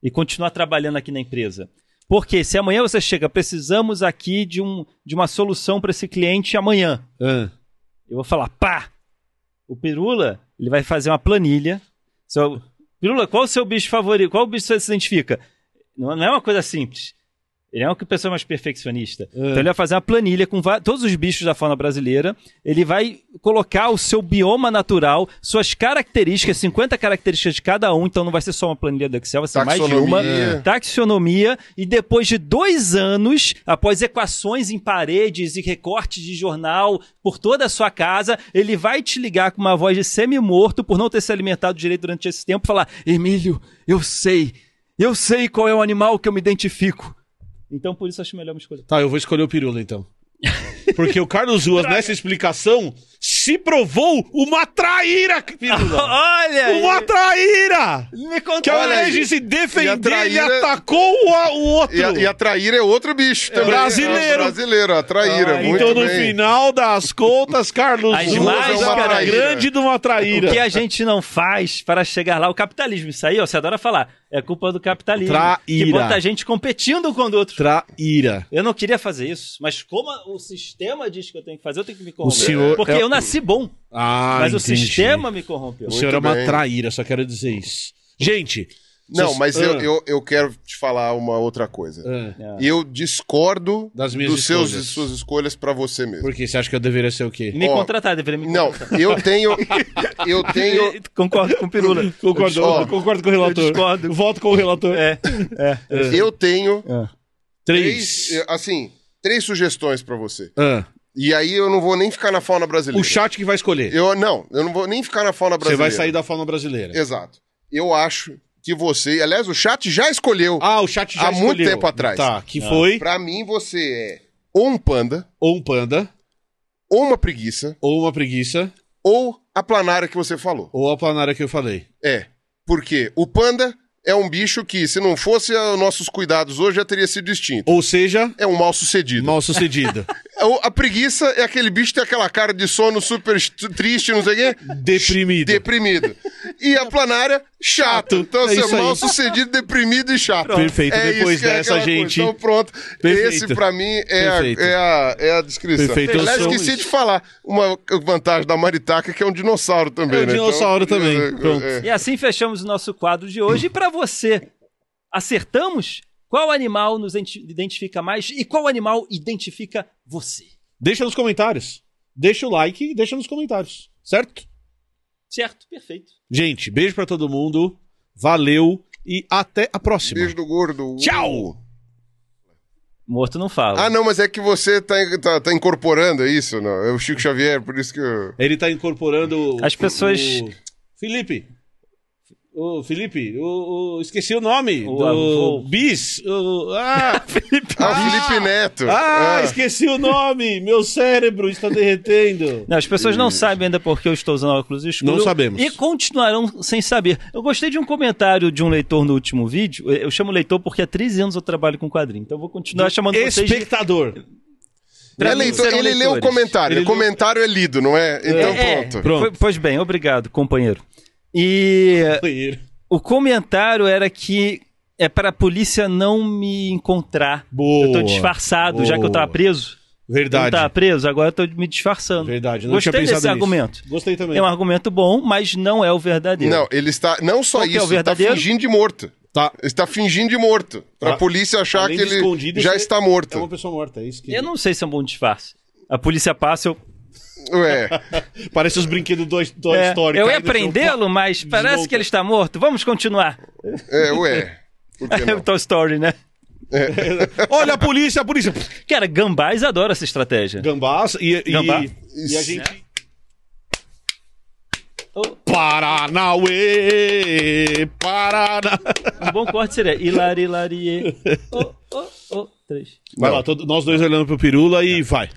S1: E continuar trabalhando aqui na empresa? Porque se amanhã você chega, precisamos aqui de, um, de uma solução para esse cliente amanhã.
S2: ah.
S1: Eu vou falar, pá! O Pirula, ele vai fazer uma planilha. Só- Pirula, qual o seu bicho favorito? Qual o bicho você se identifica? Não, não é uma coisa simples. Ele é uma pessoa mais perfeccionista. Então ele vai fazer uma planilha com va- todos os bichos da fauna brasileira. Ele vai colocar o seu bioma natural, suas características, 50 características de cada um. Então não vai ser só uma planilha do Excel, vai ser mais de uma. É.
S3: Taxonomia.
S1: Taxonomia. E depois de dois anos, após equações em paredes e recortes de jornal por toda a sua casa, ele vai te ligar com uma voz de semi-morto por não ter se alimentado direito durante esse tempo e falar: Emílio, eu sei. Eu sei qual é o animal que eu me identifico. Então, por isso, acho melhor uma escolha.
S2: Tá, eu vou escolher o Pirula então. Porque o Carlos Ruas, nessa explicação, se provou uma traíra, Pirula.
S1: Olha!
S2: uma traíra!
S1: Me conta!
S2: Que ao invés de se
S3: E
S2: defender,
S3: a traíra-
S2: ele atacou o, o outro.
S3: E a, e a traíra é outro bicho também.
S2: Brasileiro.
S3: É, brasileiro, a traíra.
S1: Ah,
S3: muito
S2: então, no
S3: bem.
S2: final das contas, Carlos
S1: As
S2: Ruas é uma
S1: máscaras.
S2: grande de uma
S1: O
S2: traíra.
S1: que a gente não faz para chegar lá? é O capitalismo, isso aí, ó, você adora falar. É culpa do capitalismo.
S2: Traíra.
S1: Que bota a gente competindo um com o outro.
S2: Traíra.
S1: Eu não queria fazer isso, mas como a- o sistema diz que eu tenho que fazer, eu tenho que me corromper.
S2: senhor-
S1: Porque
S2: é-
S1: eu nasci bom,
S2: Ah,
S1: mas o
S2: entendi.
S1: sistema me corrompeu.
S2: O senhor é uma
S3: bem.
S2: traíra, só quero dizer isso. Gente.
S3: Não,
S2: vocês-
S3: mas eu,
S2: Ah,
S3: eu, eu quero te falar uma outra coisa.
S1: É.
S2: ah.
S3: Eu discordo
S2: Das minhas
S3: dos seus,
S2: escolhas.
S3: suas escolhas pra você mesmo.
S2: Por quê? Você acha que eu deveria ser o quê?
S1: Me
S3: Ó,
S1: contratar, deveria me
S3: Não,
S1: contratar.
S3: eu tenho. Eu tenho.
S1: Concordo com o Pirula.
S2: Concordo,
S3: Ó,
S2: concordo com o relator.
S1: eu discordo.
S2: Voto com o relator.
S1: É, é.
S3: Eu tenho
S2: Três.
S3: três. eh, Assim, três sugestões pra você.
S2: Ah,
S3: E aí eu não vou nem ficar na fauna brasileira.
S2: o chat que vai escolher.
S3: Eu, não, eu não vou nem ficar na fauna
S2: Você
S3: brasileira.
S2: vai sair da fauna brasileira.
S3: Exato. Eu acho que você. Aliás, o chat já escolheu.
S2: Ah, o chat já
S3: Há muito
S2: escolheu.
S3: tempo atrás.
S2: Tá, que foi
S3: Pra mim, você é ou um panda,
S2: ou um panda,
S3: ou uma preguiça,
S2: ou uma preguiça,
S3: ou a planária que você falou.
S2: ou a planária que eu falei.
S3: É. Porque o panda é um bicho que, se não fosse os nossos cuidados hoje, já teria sido extinto.
S2: Ou seja,
S3: É um mal sucedido.
S2: mal sucedido.
S3: O- A preguiça é aquele bicho que tem aquela cara de sono super est- triste, não sei o quê.
S2: Deprimido.
S3: Deprimido. e a planária, chato. Então
S2: É
S3: você é
S2: isso aí.
S3: mal sucedido, deprimido e chato.
S2: Perfeito.
S3: É isso
S2: Depois
S3: que é
S2: dessa,
S3: aquela coisa.
S2: gente-
S3: Então pronto.
S2: Perfeito.
S3: Esse pra mim é a,
S2: Perfeito.
S3: é, a, é a descrição.
S2: Perfeito, eu
S3: Aliás,
S2: sou-
S3: esqueci de falar uma vantagem da maritaca que é um dinossauro também.
S2: É um
S3: né?
S2: dinossauro também.
S3: é,
S2: Pronto.
S3: é.
S1: E assim fechamos o nosso quadro de hoje. E pra você, acertamos? Qual animal nos identi- identifica mais e qual animal identifica você?
S2: Deixa nos comentários. Deixa o like e deixa nos comentários. Certo?
S1: Certo? Perfeito.
S2: Gente, beijo pra todo mundo. Valeu e até a próxima.
S3: Beijo do gordo.
S2: Tchau!
S1: Morto não fala.
S3: Ah, não, mas é que você tá, tá, tá incorporando, é isso? Não? É o Chico Xavier, por isso que eu...
S2: Ele tá incorporando. o-
S1: As pessoas-
S2: o- Felipe. O Felipe, o, o- esqueci o nome.
S1: O
S2: do
S1: avô.
S2: Bis. o- ah,
S3: Ah, o Felipe Neto.
S2: ah,
S3: Ah.
S2: esqueci o nome. Meu cérebro está derretendo.
S1: Não, as pessoas não sabem ainda porque eu estou usando óculos escuros.
S2: Não sabemos.
S1: E continuarão sem saber. Eu gostei de um comentário de um leitor no último vídeo. Eu chamo leitor porque há 13 anos eu trabalho com quadrinho. Então eu vou continuar chamando vocês. de-
S2: Espectador.
S1: pra
S3: É
S1: mim
S3: leitor-
S1: serão
S3: ele lê o
S1: leitores.
S3: comentário.
S2: Ele
S3: O comentário é lido, não é? Então
S1: É,
S3: pronto.
S2: Pronto.
S1: po- Pois bem, obrigado, companheiro. E
S2: Banheiro.
S1: o comentário era que é para a polícia não me encontrar.
S2: Boa.
S1: Eu tô disfarçado, já que eu tava
S2: Boa.
S1: preso. Eu
S2: Verdade.
S1: tava preso, agora eu tô me disfarçando.
S2: Verdade. Não
S1: Gostei
S2: tinha pensado
S1: desse
S2: nisso.
S1: argumento.
S2: Gostei também.
S1: É um argumento bom, mas não é o verdadeiro.
S3: Não, ele está. Não só
S1: Qual que é o
S3: isso, ele está
S1: verdadeiro?
S3: fingindo de morto.
S2: Tá.
S3: Ele está fingindo de morto. Pra
S2: Tá.
S3: polícia achar
S2: Além
S3: que
S2: de escondido,
S3: ele já
S2: isso é-
S3: está
S2: É uma
S3: morto.
S2: pessoa morta, é isso que.
S1: Eu não sei se é um bom disfarce. A polícia passa, eu.
S3: Ué.
S2: Parece os brinquedos do Toy
S1: É,
S2: Story.
S1: eu ia
S2: caindo no chão.
S1: prendê-lo, mas parece
S2: Desmonta.
S1: que ele está morto. Vamos continuar.
S3: É, ué. Por que
S1: É o
S3: não?
S1: Toy Story, né?
S2: Olha a polícia, a polícia.
S1: Cara, gambás adoram essa estratégia.
S2: Gambás e, e,
S1: Gambá.
S2: e a gente.
S1: Oh.
S2: Paranauê! Paraná.
S1: Um bom corte seria hilari, hilarie. Oh, oh, oh. Três.
S2: Vai lá, todo- nós dois olhando pro Pirula e vai.